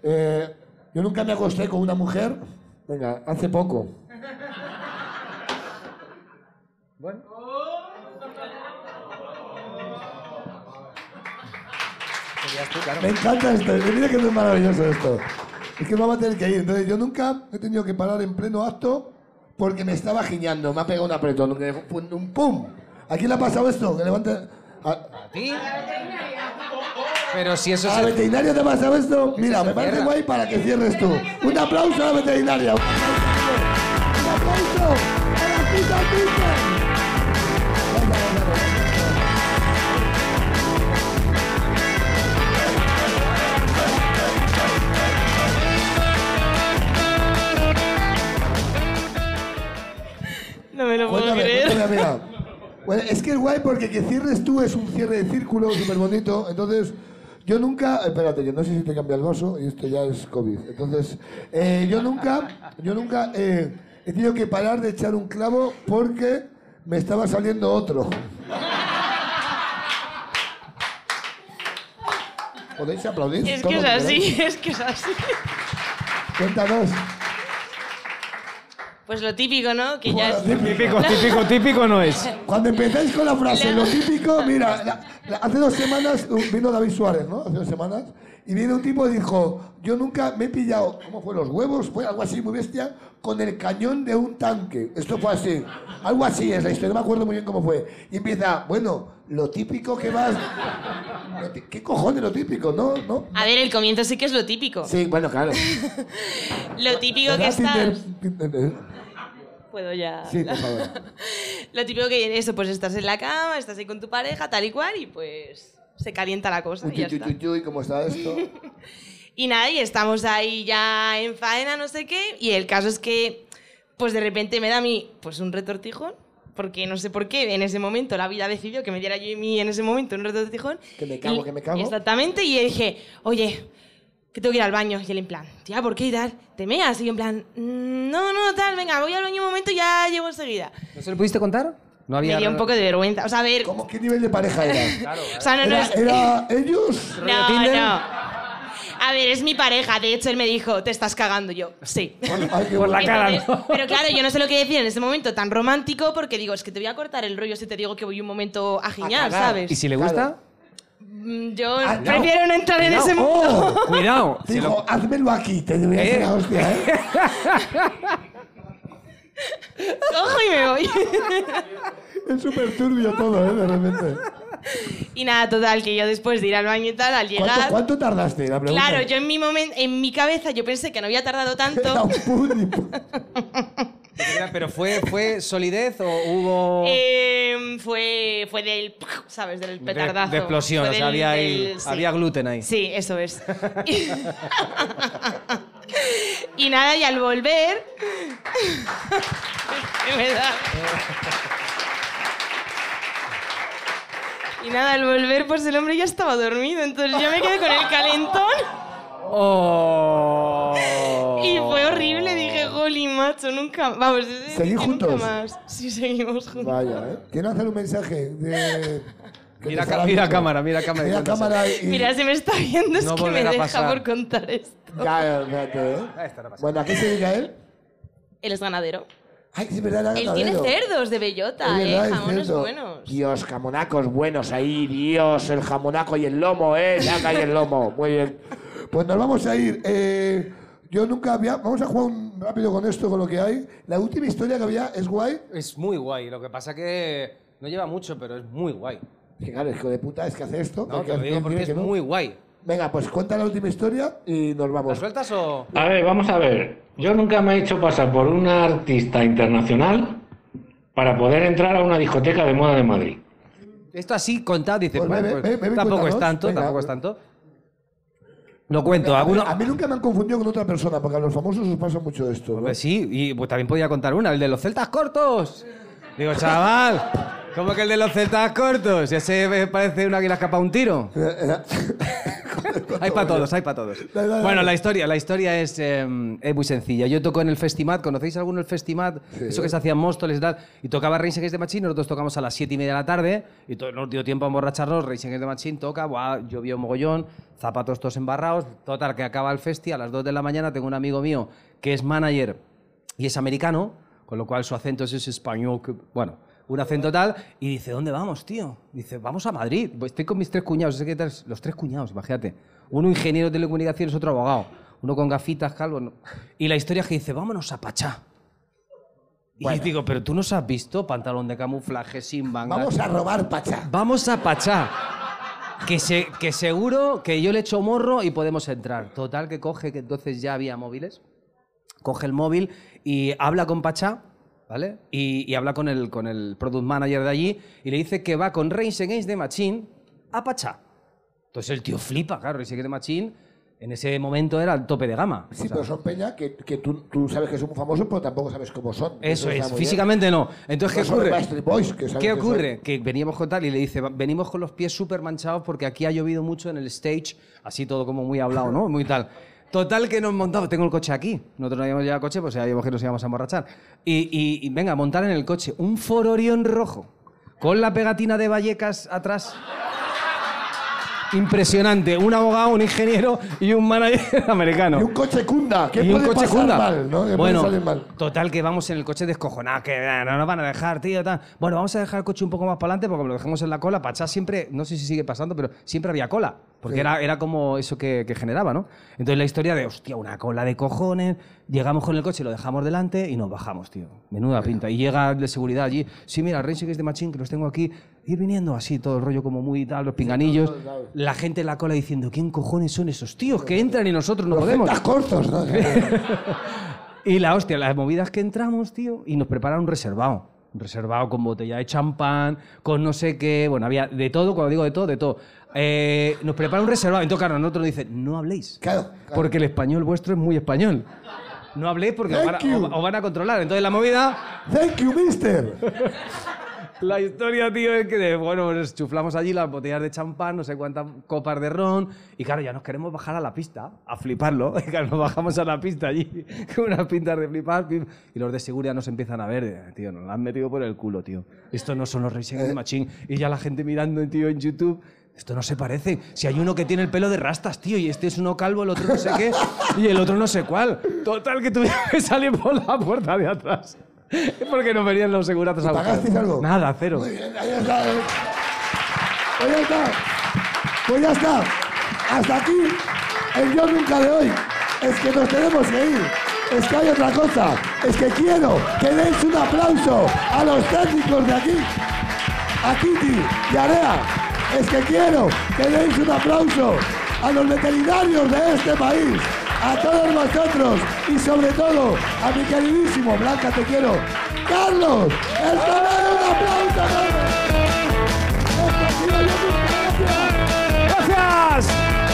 A: Eh, yo nunca me acosté con una mujer. Venga, hace poco.
G: Bueno. Serías tú, claro.
A: Me encanta esto. eh, Mira que es maravilloso esto. Es que vamos a tener que ir. Entonces, yo nunca he tenido que parar en pleno acto porque me estaba giñando. Me ha pegado un apretón. que fue Un un pum. ¿A quién le ha pasado esto? Que levante. ¿A,
G: ¿A ti? Pero si eso
A: a la
G: es... el-
A: veterinaria te ha pasado esto?
G: Eso
A: Mira,
G: se
A: me parece
G: cierra.
A: guay para que cierres tú. Un aplauso a la veterinaria. Un aplauso a la Tita Tita. Venga, venga, venga.
M: Thank
A: mira, mira. Bueno, es que es guay porque que cierres tú es un cierre de círculo súper bonito. Entonces, yo nunca. Espérate, que no sé si te cambia el vaso y esto ya es COVID. Entonces, eh, yo nunca. Yo nunca. eh, he tenido que parar de echar un clavo porque me estaba saliendo otro. ¿Podéis aplaudir?
N: Es
A: Todo
N: que es
A: lo
N: así,
A: queráis.
N: es que es así.
A: Cuéntanos.
N: Pues lo típico, ¿no? Que ya es...
G: Típico, típico, típico no es.
A: Cuando empezáis con la frase, lo típico, mira, la- la- hace dos semanas uh, vino David Suárez, ¿no? Hace dos semanas, y vino un tipo y dijo, yo nunca me he pillado, ¿cómo fue? Los huevos, fue algo así muy bestia, con el cañón de un tanque. Esto fue así, algo así es la historia, no me acuerdo muy bien cómo fue. Y empieza, bueno, lo típico que vas... lo ti- ¿Qué cojones lo típico, no? ¿No?
D: A ver, el comienzo sí que es lo típico.
A: Sí, bueno, claro.
D: Lo típico que
A: ¿Verdad,
D: está...
A: Tinder? eh,
D: Puedo ya.
A: Sí, por favor.
D: Lo típico que es eso, pues estás en la cama, estás ahí con tu pareja, tal y cual, y pues se calienta la cosa y
A: Uy,
D: ya
A: uy,
D: está.
A: uy, uy, ¿Cómo está esto?
D: Y nada, y estamos ahí ya en faena, no sé qué, y el caso es que, pues de repente me da a mí, pues un retortijón, porque no sé por qué, en ese momento la vida decidió que me diera yo a mí en ese momento un retortijón.
A: Que me cago,
D: Y-
A: que me cago.
D: Exactamente, y yo dije, oye, que tengo que ir al baño. Y él en plan, tía, ¿por qué y tal? ¿Te meas? Y yo en plan, "Mm, no, no, tal, venga, voy al baño un momento y ya llego enseguida.
G: ¿No se lo pudiste contar? No había...
D: Me dio un poco de vergüenza. O sea, a ver...
A: ¿Qué nivel de pareja era?
D: O sea, no, no
A: ¿Era,
D: es-
A: era ellos?
D: No, no. A ver, es mi pareja. De hecho, él me dijo, te estás cagando. Yo, sí.
A: Ay, qué guay.
D: Entonces, Pero claro, yo no sé lo que decir en ese momento tan romántico porque digo, es que te voy a cortar el rollo si te digo que voy un momento a
G: cagar.
D: giñar, ¿sabes?
G: ¿Y si le gusta?
D: Mm, Yo
A: Ah, no. Oh.
D: prefiero no entrar en ese mundo.
G: Oh, Cuidado.
A: Te digo, házmelo aquí, te voy a hacer la hostia, ¿eh?
D: Cojo y me voy.
A: Es súper turbio todo, ¿eh? De repente.
D: y nada, total, que yo después de ir al baño y tal, al
A: ¿Cuánto,
D: llegar...
A: cuánto tardaste? La pregunta.
D: Claro, yo en mi momento, en mi cabeza yo pensé que no había tardado
A: Era
D: tanto.
A: un puti-
G: Pero fue, fue solidez o hubo...
D: Em, fue, fue del, ¿sabes? Del
G: de-
D: petardazo.
G: de explosión,
D: Fue
G: o sea,
D: del-
G: había, ahí-
D: del- sí.
G: había gluten ahí.
D: Sí, eso es. Y- y nada, y al volver... Que me da. Y nada, al volver, pues el hombre ya estaba dormido, entonces yo me quedé con el calentón
G: Oh.
D: y fue horrible. Dije, jolín, macho, nunca... Vamos, es decir,
A: ¿Seguís
D: que
A: juntos?
D: Nunca más. Sí, seguimos juntos.
A: Vaya, ¿eh? Quiero hacer un mensaje de... que
G: Mira,
A: te
G: ca-
A: salga
G: mira
A: bien.
G: cámara, mira cámara.
A: Mira
G: diciéndose.
A: cámara y...
D: Mira, si me está viendo, es
G: No
D: que me
G: volverá a
D: deja
G: pasar.
D: por contar esto.
A: Ya, espérate, ¿eh? Bueno, ¿a qué se dedica él?
D: Él es ganadero.
A: Ay, sí, verdad, era
D: Él tiene
A: ganadero.
D: cerdos de bellota,
A: Es verdad,
D: eh,
A: es
D: jamones
A: cierto.
D: buenos.
O: Dios, jamonacos buenos ahí, Dios, el jamonaco y el lomo, eh, saca ahí el lomo, muy bien.
A: Pues nos vamos a ir. eh, yo nunca había... Vamos a jugar un rápido con esto, con lo que hay. La última historia que había es guay.
G: Es muy guay, lo que pasa que no lleva mucho, pero es muy guay.
A: Que claro, hijo de puta, es que hace esto.
G: No,
A: porque
G: te lo
A: al
G: digo
A: final
G: porque
A: tiene
G: es
A: que no.
G: muy guay.
A: Venga, pues cuenta la última historia y nos
G: ¿La
A: vamos.
G: sueltas o...?
L: A ver, vamos a ver. Yo nunca me he hecho pasar por una artista internacional para poder entrar a una discoteca de moda de Madrid.
G: Esto así contado, dices,
A: Pues
G: bueno,
A: bebe,
G: pues
A: bebe, bebe,
G: tampoco es
A: cuéntanos.
G: tanto,
A: Venga. pues".
G: tampoco es tanto. Lo cuento,
A: A mí,
G: alguno...
A: a mí nunca me han confundido con otra persona, porque a los famosos os pasa mucho esto. ¿no?
G: Pues sí, y pues también podía contar una, el de los celtas cortos. Digo, chaval, ¿cómo que el de los celtas cortos? Ese me parece una que le escapa un tiro. hay para todos, hay para todos.
A: Dale, dale,
G: Bueno,
A: dale.
G: la historia, la historia es, eh, es muy sencilla. Yo toco en el Festimat, ¿conocéis alguno el Festimat? Eso que se hacía en Móstoles y tal. Y tocaba Reigns Against the Machine, nosotros tocamos a las 7 y media de la tarde y todo, nos dio tiempo a emborracharnos. Reigns Against the Machine toca, buah, llovió mogollón, zapatos todos embarrados. Total, que acaba el Festi a las 2 de la mañana. Tengo un amigo mío que es manager y es americano, con lo cual su acento es ese español, que- bueno, un acento tal, y dice, ¿dónde vamos, tío? Dice, vamos a Madrid, Pues estoy con mis tres cuñados, sé que tal- los tres cuñados, imagínate, uno ingeniero de telecomunicaciones, otro abogado, uno con gafitas, calvo, no. y la historia es que dice, vámonos a Pachá. Y digo, pero tú nos has visto pantalón de camuflaje sin manga.
A: Vamos a robar, Pacha.
G: Vamos a Pachá. Que, se- que seguro que yo le echo morro y podemos entrar. Total, que coge, que entonces ya había móviles. Coge el móvil y habla con Pachá, ¿vale? Y, y habla con el, con el product manager de allí y le dice que va con Reigns Against the Machine a Pachá. Entonces el tío flipa, claro, Reigns Against the Machine En ese momento era el tope de gama.
A: Sí, pero son peña que, que tú, tú sabes que son famosos, pero tampoco sabes cómo son.
G: Eso
A: está
G: es,
A: muy bien.
G: físicamente no. Entonces,
A: No
G: ¿qué
A: son los
G: ocurre?
A: Backstreet Boys, que saben
G: ¿Qué
A: que
G: ocurre? Que veníamos con tal y le dice, "Va- venimos con los pies súper manchados porque aquí ha llovido mucho en el stage, así todo como muy hablado, ¿no? Muy tal. Total que nos montamos, tengo el coche aquí, nosotros no habíamos llevado coche, pues ya llevo que nos íbamos a emborrachar. Y, y- y venga, montar en el coche un Ford Orion rojo con la pegatina de Vallecas atrás. Impresionante, un abogado, un ingeniero y un manager americano. Y un
A: coche Kunda, que
G: y
A: puede
G: un coche
A: pasar
G: Kunda.
A: mal, ¿no? Que puede
G: Bueno,
A: salir mal.
G: Total, que vamos en el coche descojonado, que eh, no nos van a dejar, tío. Tal. Bueno, vamos a dejar el coche un poco más para adelante porque como lo dejamos en la cola. Pachá siempre, no sé si sigue pasando, pero siempre había cola. Porque
J: Sí.
G: era, era como eso que, que generaba, ¿no? Entonces la historia de, hostia, una cola de cojones. Llegamos con el coche, lo dejamos delante y nos bajamos, tío. Menuda pinta. Y llega el de seguridad allí. Sí, mira, Racing que es de Machín, que los tengo aquí. Ir viniendo así, todo el rollo como muy tal, los pinganillos. La gente en la cola diciendo, ¿quién cojones son esos tíos que entran y nosotros no podemos?
A: cortos,
G: Y la hostia, las movidas que entramos, tío, y nos prepararon un reservado. Un reservado con botella de champán, con no sé qué. Bueno, había de todo, cuando digo de todo, de todo. Eh, nos prepararon un reservado. Entonces, claro, nosotros nos dicen, no habléis.
A: Claro,
G: Porque el español vuestro es muy español. No habléis porque os van, a,
J: Thank you.
G: os- os van a controlar. Entonces, la movida.
A: ¡Thank you, mister!
G: La historia, tío, es que, bueno, nos chuflamos allí las botellas de champán, no sé cuántas copas de ron, y claro, ya nos queremos bajar a la pista, a fliparlo. Y claro, nos bajamos a la pista allí, con unas pintas de flipar, pim, y los de seguridad nos empiezan a ver, eh, tío, nos la han metido por el culo, tío. Estos no son los Racing de Machín. Y ya la gente mirando, tío, en YouTube. Esto no se parece. Si hay uno que tiene el pelo de rastas, tío, y este es uno calvo, el otro no sé qué, y el otro no sé cuál. Total, que tuvimos que salir por la puerta de atrás. Porque no venían los segurazos a buscar.
A: pagasteis algo?
G: Nada, cero.
A: Ahí está, eh. Pues ya está. Pues ya está. Hasta aquí el Yo Nunca de hoy. Es que nos tenemos que ir. Es que hay otra cosa. Es que quiero que deis un aplauso a los técnicos de aquí. A Kitty y Area. Es que quiero que deis un aplauso a los veterinarios de este país. A todos vosotros y sobre todo a mi queridísimo Blanca, te quiero. Carlos, el torero, un aplauso. Carlos. Esto ha sido Yo Nunca. Gracias.
G: ¡Gracias!